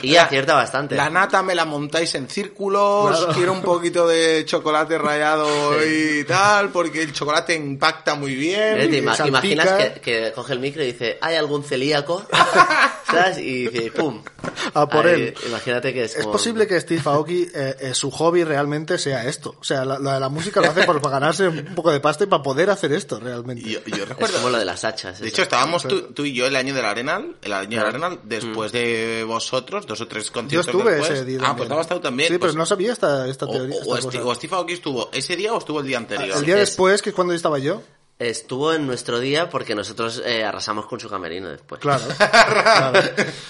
S3: Y acierta bastante. Eh,
S4: La nata me la montáis en círculos, quiero un poquito de chocolate rallado y tal, porque el chocolate impacta muy bien.
S3: Eh, te ima-
S2: salpica.
S3: imaginas que, que coge el micro y dice, ¿hay algún celíaco? ¿Sabes? Y dice, ¡pum!
S2: A por él.
S3: Imagínate que es
S2: Es
S3: como-
S2: posible que Steve Aoki, eh, eh, su hobby realmente sea esto. O sea, la, la de la música lo hace por, para ganarse un poco de pasta y para poder hacer esto realmente.
S4: Y Yo, yo
S3: Es
S4: recuerdo.
S3: como lo de las hachas.
S4: De
S3: eso.
S4: hecho, estábamos tú, tú y yo el año del Arenal, el año del Arenal, después de vosotros, dos o tres
S2: Mm. Yo
S4: conciertos
S2: estuve
S4: después.
S2: ese día.
S4: Ah, pues estabas tú también.
S2: Sí,
S4: pues,
S2: pero no sabía esta, esta
S4: o-
S2: teoría. esta
S4: o, Esti-
S2: cosa.
S4: o Steve Aoki estuvo ese día o estuvo el día
S2: Ah,
S4: anterior.
S2: El día
S3: Es-
S2: después, que es cuando estaba yo.
S3: Estuvo en nuestro día porque nosotros eh, arrasamos con su camerino después.
S2: Claro. Claro.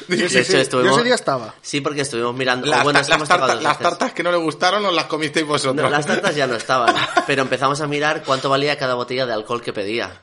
S2: Sí,
S3: De
S2: sí,
S3: hecho,
S2: sí. Yo
S3: estuvimos-
S2: ese día estaba.
S3: Sí, porque estuvimos mirando...
S2: oh,
S4: Las,
S3: o bueno,
S4: ta-
S3: sí,
S4: las
S3: hemos tocado
S4: tartas,
S3: dos
S4: las
S3: veces.
S4: tartas que no le gustaron os las comisteis vosotros.
S3: No, las tartas ya no estaban, pero empezamos a mirar cuánto valía cada botella de alcohol que pedía.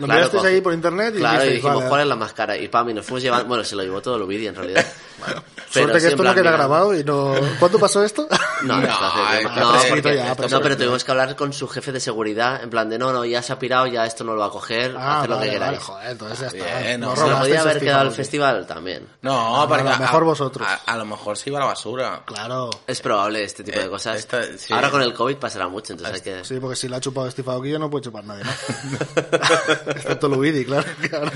S2: Lo mirasteis
S3: coge-
S2: ahí por internet y
S3: claro, y
S2: dijisteis,
S3: dijimos,
S2: "Vale".
S3: ¿cuál es la más cara? Y pam, y nos fuimos llevando... Bueno, se lo llevó todo el vídeo en realidad. Pero
S2: Suerte
S3: sí,
S2: que
S3: en
S2: esto
S3: plan,
S2: no queda
S3: mira,
S2: grabado y no... ¿Cuándo pasó esto?
S3: No,
S4: No, eh,
S3: esto hace tiempo.
S4: está
S3: No,
S4: prescrito
S3: porque-
S2: ya,
S3: no,
S2: prescrito.
S3: pero tuvimos que hablar con su jefe de seguridad, en plan de, no, no, ya se ha pirado, ya esto no lo va a coger,
S2: Ah,
S3: haced lo
S2: vale,
S3: que
S2: vale,
S3: queráis.
S2: joder, entonces ya está.
S4: Bien,
S2: No este
S4: no,
S3: Se lo
S2: robasteis
S3: podía haber
S2: a
S3: quedado al
S2: Steve Aoki.
S3: festival también.
S4: No, porque
S2: a lo mejor vosotros.
S4: A, a lo mejor se iba a la basura.
S2: Claro.
S3: Es probable este tipo de
S4: Eh,
S3: cosas.
S4: esta- sí.
S3: Ahora con el COVID pasará mucho, entonces hay que...
S2: Sí, porque si la ha chupado Steve Aoki yo no puede chupar nadie más. Excepto Luigi, claro. claro.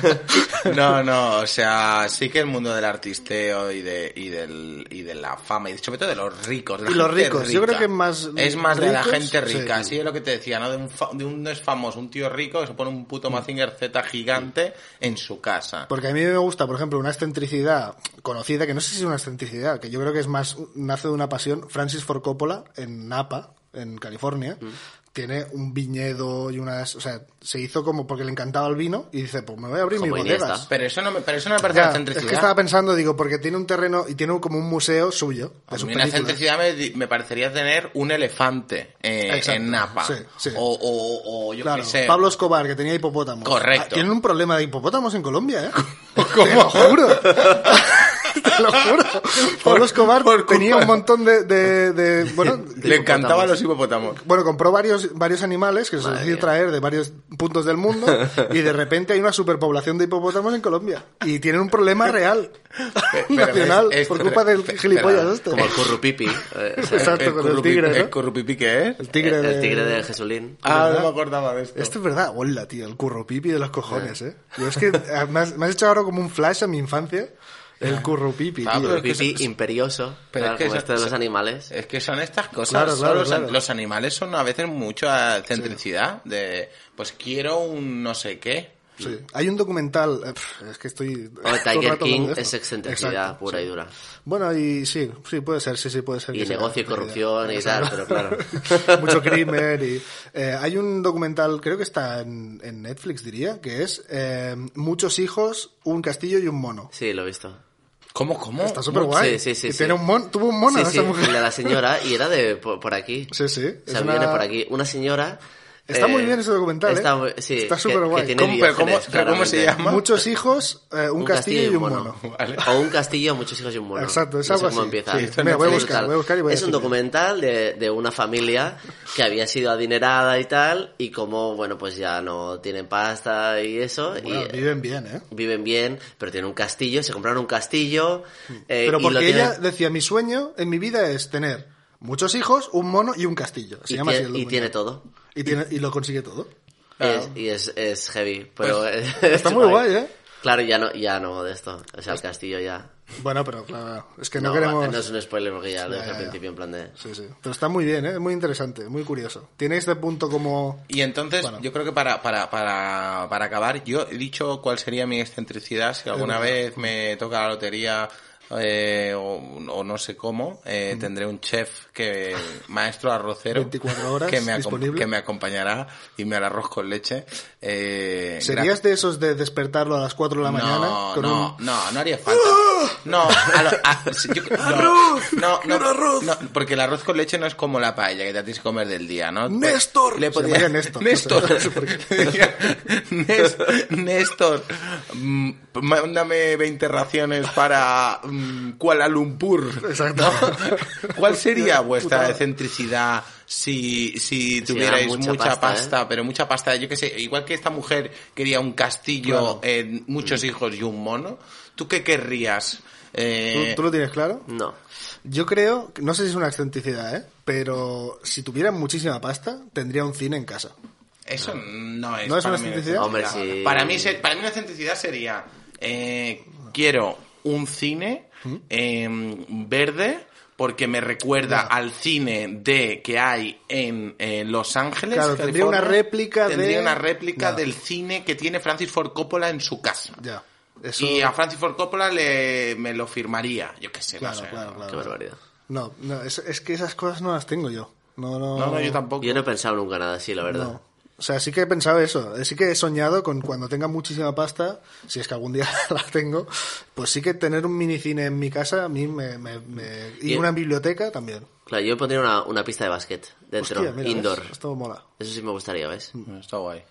S4: No, no, o sea, sí que el mundo del artisteo y de, y del, y de la fama, y sobre todo de los ricos. de la
S2: Y los
S4: gente
S2: ricos,
S4: rica.
S2: yo creo que es más
S4: Es más de la
S2: ricos,
S4: gente rica,
S2: sí.
S4: sí. es lo que te decía, ¿no? De un, fa- de un es famoso, un tío rico que se pone un puto Mazinger Z gigante en su casa.
S2: Porque a mí me gusta, Mm. por ejemplo, una excentricidad conocida, que no sé si es una excentricidad, que yo creo que es más, nace de una pasión, Francis Ford Coppola en Napa, en California.
S4: Mm.
S2: Tiene un viñedo y unas... O sea, se hizo como porque le encantaba el vino y dice, pues me voy a abrir
S3: Como
S2: mis
S3: Iniesta.
S2: bodegas.
S4: Pero eso no me, pero eso no me parece
S2: Ya,
S4: una
S2: es
S4: excentricidad.
S2: que estaba pensando, digo, porque tiene un terreno y tiene como un museo suyo. de
S4: A
S2: sus
S4: mí una
S2: películas.
S4: excentricidad me, di- me parecería tener un elefante eh,
S2: Exacto,
S4: en Napa.
S2: sí, sí.
S4: O, o- o yo
S2: Claro,
S4: qué sé.
S2: Pablo Escobar, que tenía hipopótamos.
S4: Correcto.
S2: Ah, Tienen un problema de hipopótamos en Colombia, ¿eh? Te lo juro. Te lo juro. Pablo Escobar
S4: por culpa-
S2: tenía un montón de... de- de- bueno,
S4: Le encantaban los hipopótamos.
S2: bueno, compró varios, varios animales que se
S3: Madre
S2: decidió
S3: mía.
S2: traer de varios puntos del mundo y de repente hay una superpoblación de hipopótamos en Colombia. Y tienen un problema real
S4: pero
S2: nacional
S4: es- es-
S2: por culpa
S4: pero-
S2: del
S4: pero-
S2: gilipollas
S4: pero-
S2: este.
S3: Como el currupipi. eh, o sea,
S2: Exacto,
S4: El
S2: con el
S4: currupi-
S2: tigre, ¿no?
S4: ¿El currupipi qué es?
S2: El tigre,
S3: el,
S2: de-
S3: el tigre de Jesulín.
S4: Ah, no me acordaba de esto.
S2: Esto es verdad, hola, tío, el currupipi de los cojones, ¿eh? Yo es que eh, me has, me has hecho ahora como un flash a mi infancia, el currupipi,
S4: Ah,
S2: tío.
S4: pero-
S3: Currupipi
S4: es que eso-
S3: imperioso.
S4: pero
S3: claro,
S4: es que eh,
S3: como
S4: eso-
S3: este de los
S4: eso-
S3: animales.
S4: Es que son estas cosas.
S2: Claro,
S4: son
S2: claro,
S4: los,
S2: claro.
S4: los animales son a veces mucha centricidad de, pues quiero un no sé qué.
S2: Sí. Hay un documental, eh, pf, es que estoy...
S3: O el
S2: todo el
S3: Tiger
S2: rato
S3: King
S2: hablando de
S3: es
S2: esto.
S3: excentricidad
S2: Exacto,
S3: pura
S2: sí.
S3: y dura.
S2: Bueno, y sí, sí, puede ser, sí, sí, puede ser.
S3: Y
S2: que sea
S3: negocio y
S2: excentricidad.
S3: corrupción y tal, pero claro.
S2: mucho crimen y eh, hay un documental creo que está en, en Netflix diría que es eh, muchos hijos un castillo y un mono
S3: Sí, lo he visto.
S4: ¿Cómo, cómo?
S2: está súper guay
S3: Sí, sí, sí, sí.
S2: un mon- tuvo un mono
S3: sí,
S2: esa
S3: sí,
S2: mujer
S3: el de la señora, y era de por, por aquí.
S2: Sí, sí,
S3: O sea,
S2: es
S3: viene
S2: una-
S3: por aquí. Una señora...
S2: Está
S3: eh,
S2: muy bien ese documental, ¿eh?
S3: Está, muy- sí,
S2: Está
S3: que-
S2: superguay.
S3: que tiene
S4: ¿Cómo, pero cómo-
S3: biógenes,
S4: pero cómo se
S3: claramente.
S4: llama?
S2: Muchos hijos, eh, un, castillo, y un mono.
S4: Vale.
S3: O un castillo, muchos hijos y un mono.
S2: Exacto, es
S3: No sé
S2: algo
S3: cómo
S2: así.
S3: empieza.
S2: Sí, mira, voy a buscar,
S3: Brutal.
S2: voy a buscar y voy a
S3: Es un
S2: decirte.
S3: documental de, de una familia que había sido adinerada y tal, y como, bueno, pues ya no tienen pasta y eso,
S2: Bueno,
S3: y eh,
S2: viven bien, ¿eh?
S3: viven bien, pero tienen un castillo, se compraron un castillo. eh,
S2: Hmm. Pero
S3: y
S2: porque
S3: lo tienen-
S2: ella decía, mi sueño en mi vida es tener muchos hijos, un mono y un castillo. Se
S3: y,
S2: llama así el
S3: tiene, y
S2: documental.
S3: tiene todo.
S2: Y, tiene- y lo consigue todo.
S4: Claro.
S3: Es- y es, es heavy, pero...
S2: Pues, Está muy guay, ¿eh?
S3: Claro, ya no, ya no de esto. O sea, el castillo ya...
S2: Bueno, pero claro, es que no,
S3: No,
S2: queremos...
S3: no es un spoiler porque ya lo
S2: Ya,
S3: dije
S2: ya,
S3: al
S2: ya.
S3: principio en plan de...
S2: Sí, sí. Pero está muy bien, ¿eh? Es muy interesante, muy curioso. Tiene este punto como...
S4: Y entonces,
S2: Bueno.
S4: yo creo que para, para, para, para acabar, yo he dicho cuál sería mi excentricidad si alguna vez me toca la lotería eh, o, o no sé cómo, eh, tendré un chef que maestro arrocero
S2: 24 horas
S4: que, me acom-
S2: disponible.
S4: que me acompañará y me hará arroz con leche. Eh,
S2: ¿Serías de esos de despertarlo a las 4 de la mañana? ¡Ah!
S4: no, no, no, no haría falta. No, a lo- a- sí, yo- no, no, no, no, porque el arroz con leche no es como la paella que te tienes que comer del día, ¿no? Pues
S2: ¡Néstor!
S4: Le
S2: Se
S4: podría-
S2: llamaría Néstor.
S4: Néstor.
S2: No sé por qué.
S4: Le diría, "Nes- Néstor, mm, mándame 20 raciones para mm, Kuala Lumpur.
S2: Exacto.
S4: ¿Cuál sería vuestra
S2: Putada.
S4: excentricidad si, si tuvierais
S3: era
S4: mucha,
S3: mucha
S4: pasta? ¿eh?
S3: pasta,
S4: Pero mucha pasta, yo qué sé, igual que esta mujer quería un castillo, eh,
S2: Mm.
S4: muchos hijos y un mono, ¿tú qué querrías?
S2: ¿Tú,
S4: Eh,
S2: tú lo tienes claro?
S3: No.
S2: Yo creo, no sé si es una excentricidad, ¿eh? Pero si tuviera muchísima pasta, tendría un cine en casa.
S4: Eso no es.
S2: ¿No es
S4: para
S2: una
S4: mí
S2: excentricidad?
S3: Hombre,
S4: excentricidad.
S3: sí.
S4: Para mí, se- para mí una excentricidad sería. eh, quiero un cine
S2: ¿Mm?
S4: eh, verde porque me recuerda al cine de que hay en, eh, Los Ángeles.
S2: Claro, tendría
S4: California.
S2: una réplica de-
S4: Tendría una réplica
S2: No.
S4: del cine que tiene Francis Ford Coppola en su casa.
S2: Ya. Eso...
S4: Y a Francis Ford Coppola le, me lo firmaría. Yo qué sé,
S2: Claro,
S4: no sé.
S2: claro, claro.
S3: Qué barbaridad.
S2: No, no es, es que esas cosas no las tengo yo. No, no,
S4: No, no, yo tampoco.
S3: Yo no he pensado nunca nada así, la verdad.
S2: No. O sea, sí que he pensado eso. Sí que he soñado con cuando tenga muchísima pasta, si es que algún día la tengo, pues sí que tener un minicine en mi casa a mí me... me- me- Y
S3: Bien.
S2: una biblioteca también.
S3: Claro, yo pondría una, una pista de básquet dentro,
S2: Hostia, mira, Mm.
S3: indoor.
S2: ¿ves? Esto mola.
S3: Eso sí me gustaría, ¿ves?
S4: Está guay.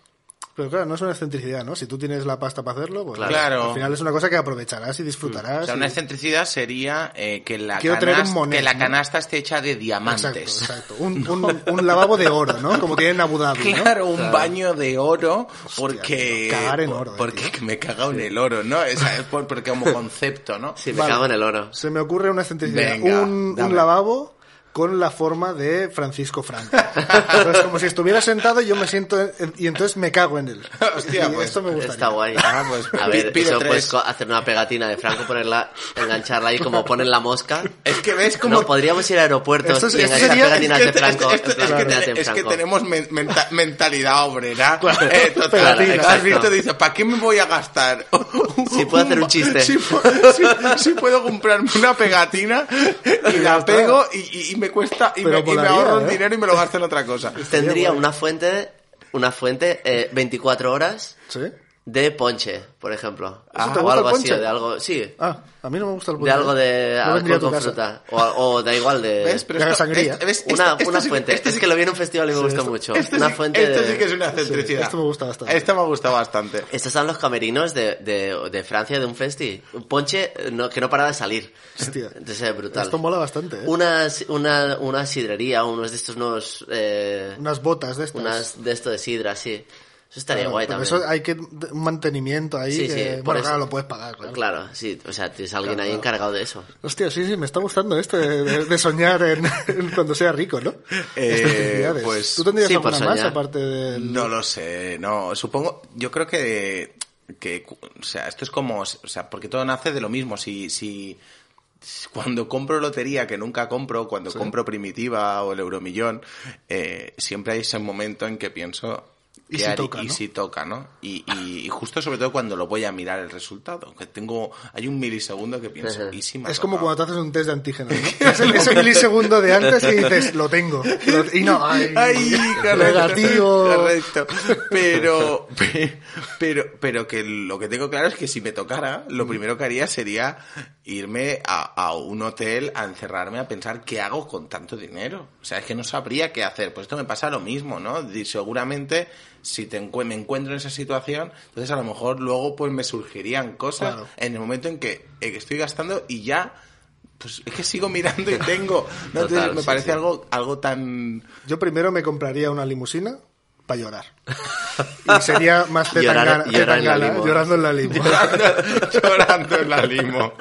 S2: Pero claro, no es una excentricidad, ¿no? Si tú tienes la pasta para hacerlo, pues
S3: Claro.
S4: Claro.
S2: al final es una cosa que aprovecharás y disfrutarás.
S4: O sea,
S2: y-
S4: una excentricidad sería eh, que, la
S2: Quiero tener un
S4: canasta,
S2: monet,
S4: que la
S2: ¿no?
S4: canasta esté hecha de
S2: Exacto,
S4: diamantes.
S2: exacto. Un, un- un lavabo de oro, ¿no? Como tienen en Abu Dhabi, ¿no?
S4: Claro, un baño de oro, porque...
S2: tío, cagar en
S4: por-
S2: oro, eh,
S4: Porque
S2: tío.
S4: me he cagado en el oro, ¿no? O sea, es por- porque como concepto, ¿no?
S3: Sí, me
S2: Vale.
S3: cago en el oro.
S2: Se me ocurre una excentricidad.
S4: Venga,
S2: un,
S4: dame.
S2: un lavabo con la forma de Francisco Franco. Entonces, como si estuviera sentado y yo me siento... en- y entonces me cago en él.
S4: Hostia,
S2: Y
S4: pues,
S2: esto me gustaría.
S3: Está guay.
S4: Ah, pues,
S3: a ver,
S4: pido
S3: eso
S4: tres.
S3: puedes co- hacer una pegatina de Franco, ponerla, engancharla ahí como ponen la mosca.
S4: Es que ves como...
S3: No, podríamos ir a aeropuertos
S2: Esto es-
S3: y
S2: esto
S3: enganchar
S2: sería-
S3: pegatinas de Franco.
S4: es que- este,
S3: en plan,
S4: es que-
S3: pégate en
S4: es que
S3: Franco.
S4: tenemos men- menta- mentalidad obrera. Eh, total.
S3: Claro,
S4: Has
S3: exacto.
S4: visto, dice, ¿para qué me voy a gastar?
S3: Si puedo hacer un chiste.
S4: Si, pu- si- si puedo comprarme una pegatina y la pego y, y- y me cuesta y,
S2: Pero
S4: me, y me
S2: molaría,
S4: ahorro el
S2: ¿eh?
S4: dinero y me lo gasto en otra cosa.
S3: Tendría una fuente, una fuente eh, 24 horas
S2: ¿Sí?
S3: de ponche, por ejemplo.
S2: Ah. te
S3: o
S2: gusta el
S3: algo así,
S2: ponche?
S3: o de algo, sí.
S2: Ah, a mí no me gusta el
S3: De algo de
S2: No vendría
S3: alcohol
S2: a tu
S3: con
S2: casa.
S3: fruta. O, o da igual de...
S4: ¿Ves? Pero
S2: La
S4: esto-
S2: sangría.
S4: este- ¿ves?
S3: Una,
S4: Esto- esto
S3: una
S4: sí-
S3: fuente.
S4: esto
S3: es
S4: sí-
S3: que lo vi en un festival y me
S2: este Sí,
S3: gustó
S2: esto-
S3: mucho.
S4: esto
S3: una
S4: sí-
S3: fuente
S4: esto
S3: de...
S4: sí que es una centricidad.
S2: Sí, esto me gusta bastante.
S4: Esto me ha gustado bastante.
S3: Estos son los camerinos de, de, de Francia de un festi. Un ponche eh, no- que no paraba de salir.
S2: Hostia.
S3: Entonces es brutal.
S2: Esto mola bastante, ¿eh?
S3: Una, una, una sidrería, unos de estos nuevos... eh,
S2: Unas botas de estas.
S3: unas de esto de sidra, sí. Eso estaría
S2: Claro,
S3: guay
S2: pero
S3: también.
S2: Eso hay que un mantenimiento ahí.
S3: Sí,
S2: que-
S3: sí, por
S2: bueno,
S3: eso.
S2: claro, lo puedes pagar. Claro.
S3: Claro, sí. O sea, tienes a alguien ahí encargado de eso.
S2: Hostia, sí, sí, me está gustando esto de, de- de soñar en, en cuando sea rico, ¿no?
S4: Eh,
S2: Estas felicidades.
S4: pues-
S2: ¿Tú tendrías
S3: Sí, por
S2: alguna más
S3: soñar.
S2: aparte del...?
S4: No lo sé, no, supongo, yo creo que, que, o sea, esto es como, o sea, porque todo nace de lo mismo, si, si, cuando compro lotería, que nunca compro, cuando compro Primitiva o el Euromillón, eh, siempre hay ese momento en que pienso...
S2: Y
S4: qué
S2: si
S4: haría-
S2: toca,
S4: y
S2: ¿no?
S4: si toca, ¿no? Y, y- y justo sobre todo cuando lo voy a mirar el resultado, que tengo, hay un milisegundo que pienso,
S3: Ajá.
S4: ¿y si me ha
S2: Es como
S4: tocado?
S2: cuando te haces un test de antígenos, ¿no? Es el- ese milisegundo de antes y dices, lo tengo. Lo- y no, ay,
S4: Ay, correcto,
S2: negativo.
S4: Correcto. Pero, pe- pero, pero que lo que tengo claro es que si me tocara, lo primero que haría sería irme a, a un hotel a encerrarme a pensar qué hago con tanto dinero. O sea, es que no sabría qué hacer. Pues esto me pasa lo mismo, ¿no? Y seguramente si te encue- me encuentro en esa situación, entonces a lo mejor luego pues me surgirían cosas
S2: Claro.
S4: en el momento en que eh, estoy gastando y ya pues es que sigo mirando y tengo. ¿no? Entonces
S3: Total,
S4: me
S3: sí,
S4: parece
S3: sí.
S4: algo algo tan
S2: Yo primero me compraría una limusina para llorar. Y sería más Zetangana
S3: Llorar- llorar en la
S2: Zetangana,
S3: limo.
S2: llorando en la limo.
S4: Llorando en la limo.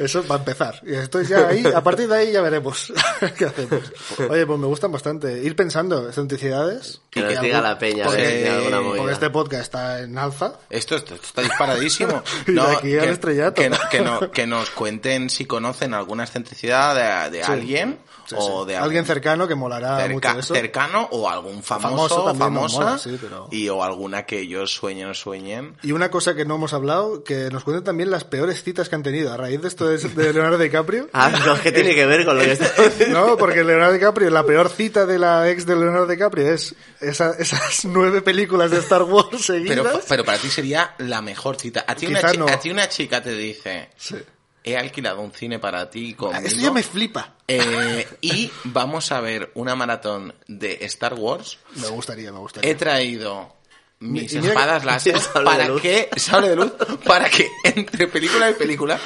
S2: Eso va a empezar. Y estoy ya ahí, a partir de ahí ya veremos qué hacemos. Oye, pues me gustan bastante. Ir pensando, excentricidades.
S3: Que nos
S2: algún-
S3: diga la peña, a
S2: porque-
S3: ver si hay alguna
S4: porque
S2: porque
S3: movida.
S2: este podcast está en alza.
S4: Esto, esto está disparadísimo.
S2: Y de aquí al estrellato.
S4: Que, que no- que nos cuenten si conocen alguna excentricidad de, de
S2: Sí.
S4: alguien
S2: Sí, sí.
S4: o de algún-
S2: alguien cercano que molará
S4: cerca-
S2: mucho eso.
S4: cercano o algún famoso,
S2: Famoso
S4: o
S2: también nos
S4: famosa
S2: mola, sí, pero-
S4: y o alguna que ellos sueñen o sueñen.
S2: Y una cosa que no hemos hablado, que nos cuenten también las peores citas que han tenido a raíz de esto de, de Leonardo DiCaprio.
S3: Ah, no, ¿qué tiene que ver con lo que está
S2: No, porque Leonardo DiCaprio, la peor cita de la ex de Leonardo DiCaprio es esa- esas nueve películas de Star Wars seguidas.
S4: Pero, pero para ti sería la mejor cita. A ti, una,
S2: Quizá
S4: chi-
S2: no.
S4: a ti una chica te dice,
S2: Sí.
S4: he alquilado un cine para ti
S2: Ah,
S4: conmigo.
S2: Eso ya me flipa.
S4: eh, y vamos a ver una maratón de Star Wars.
S2: Me gustaría, me gustaría.
S4: He traído mis
S2: Y mira que-
S4: espadas láser
S3: Sable de
S4: para
S3: luz.
S4: que sable de luz para que entre película y película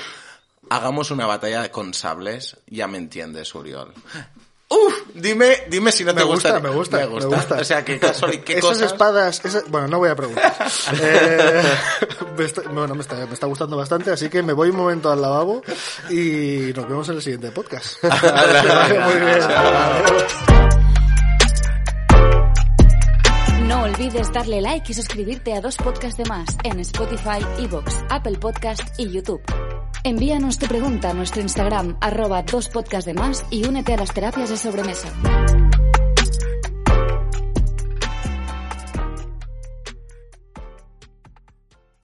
S4: hagamos una batalla con sables. Ya me entiendes, Uriol. Uf, dime, dime si no
S2: Me
S4: te
S2: gusta,
S4: gusta.
S2: me gusta, me gusta.
S4: O sea, qué casual- qué
S2: esas
S4: cosas.
S2: espadas, esas- bueno, no voy a preguntar. Eh, me está, bueno, me está, me está gustando bastante, así que me voy un momento al lavabo y nos vemos en el siguiente podcast. Que vaya muy bien.
S1: No olvides darle like y suscribirte a dos podcasts de más en Spotify, Evox, Apple Podcast y YouTube. Envíanos tu pregunta a nuestro Instagram, arroba dos podcasts de más y únete a las terapias de sobremesa.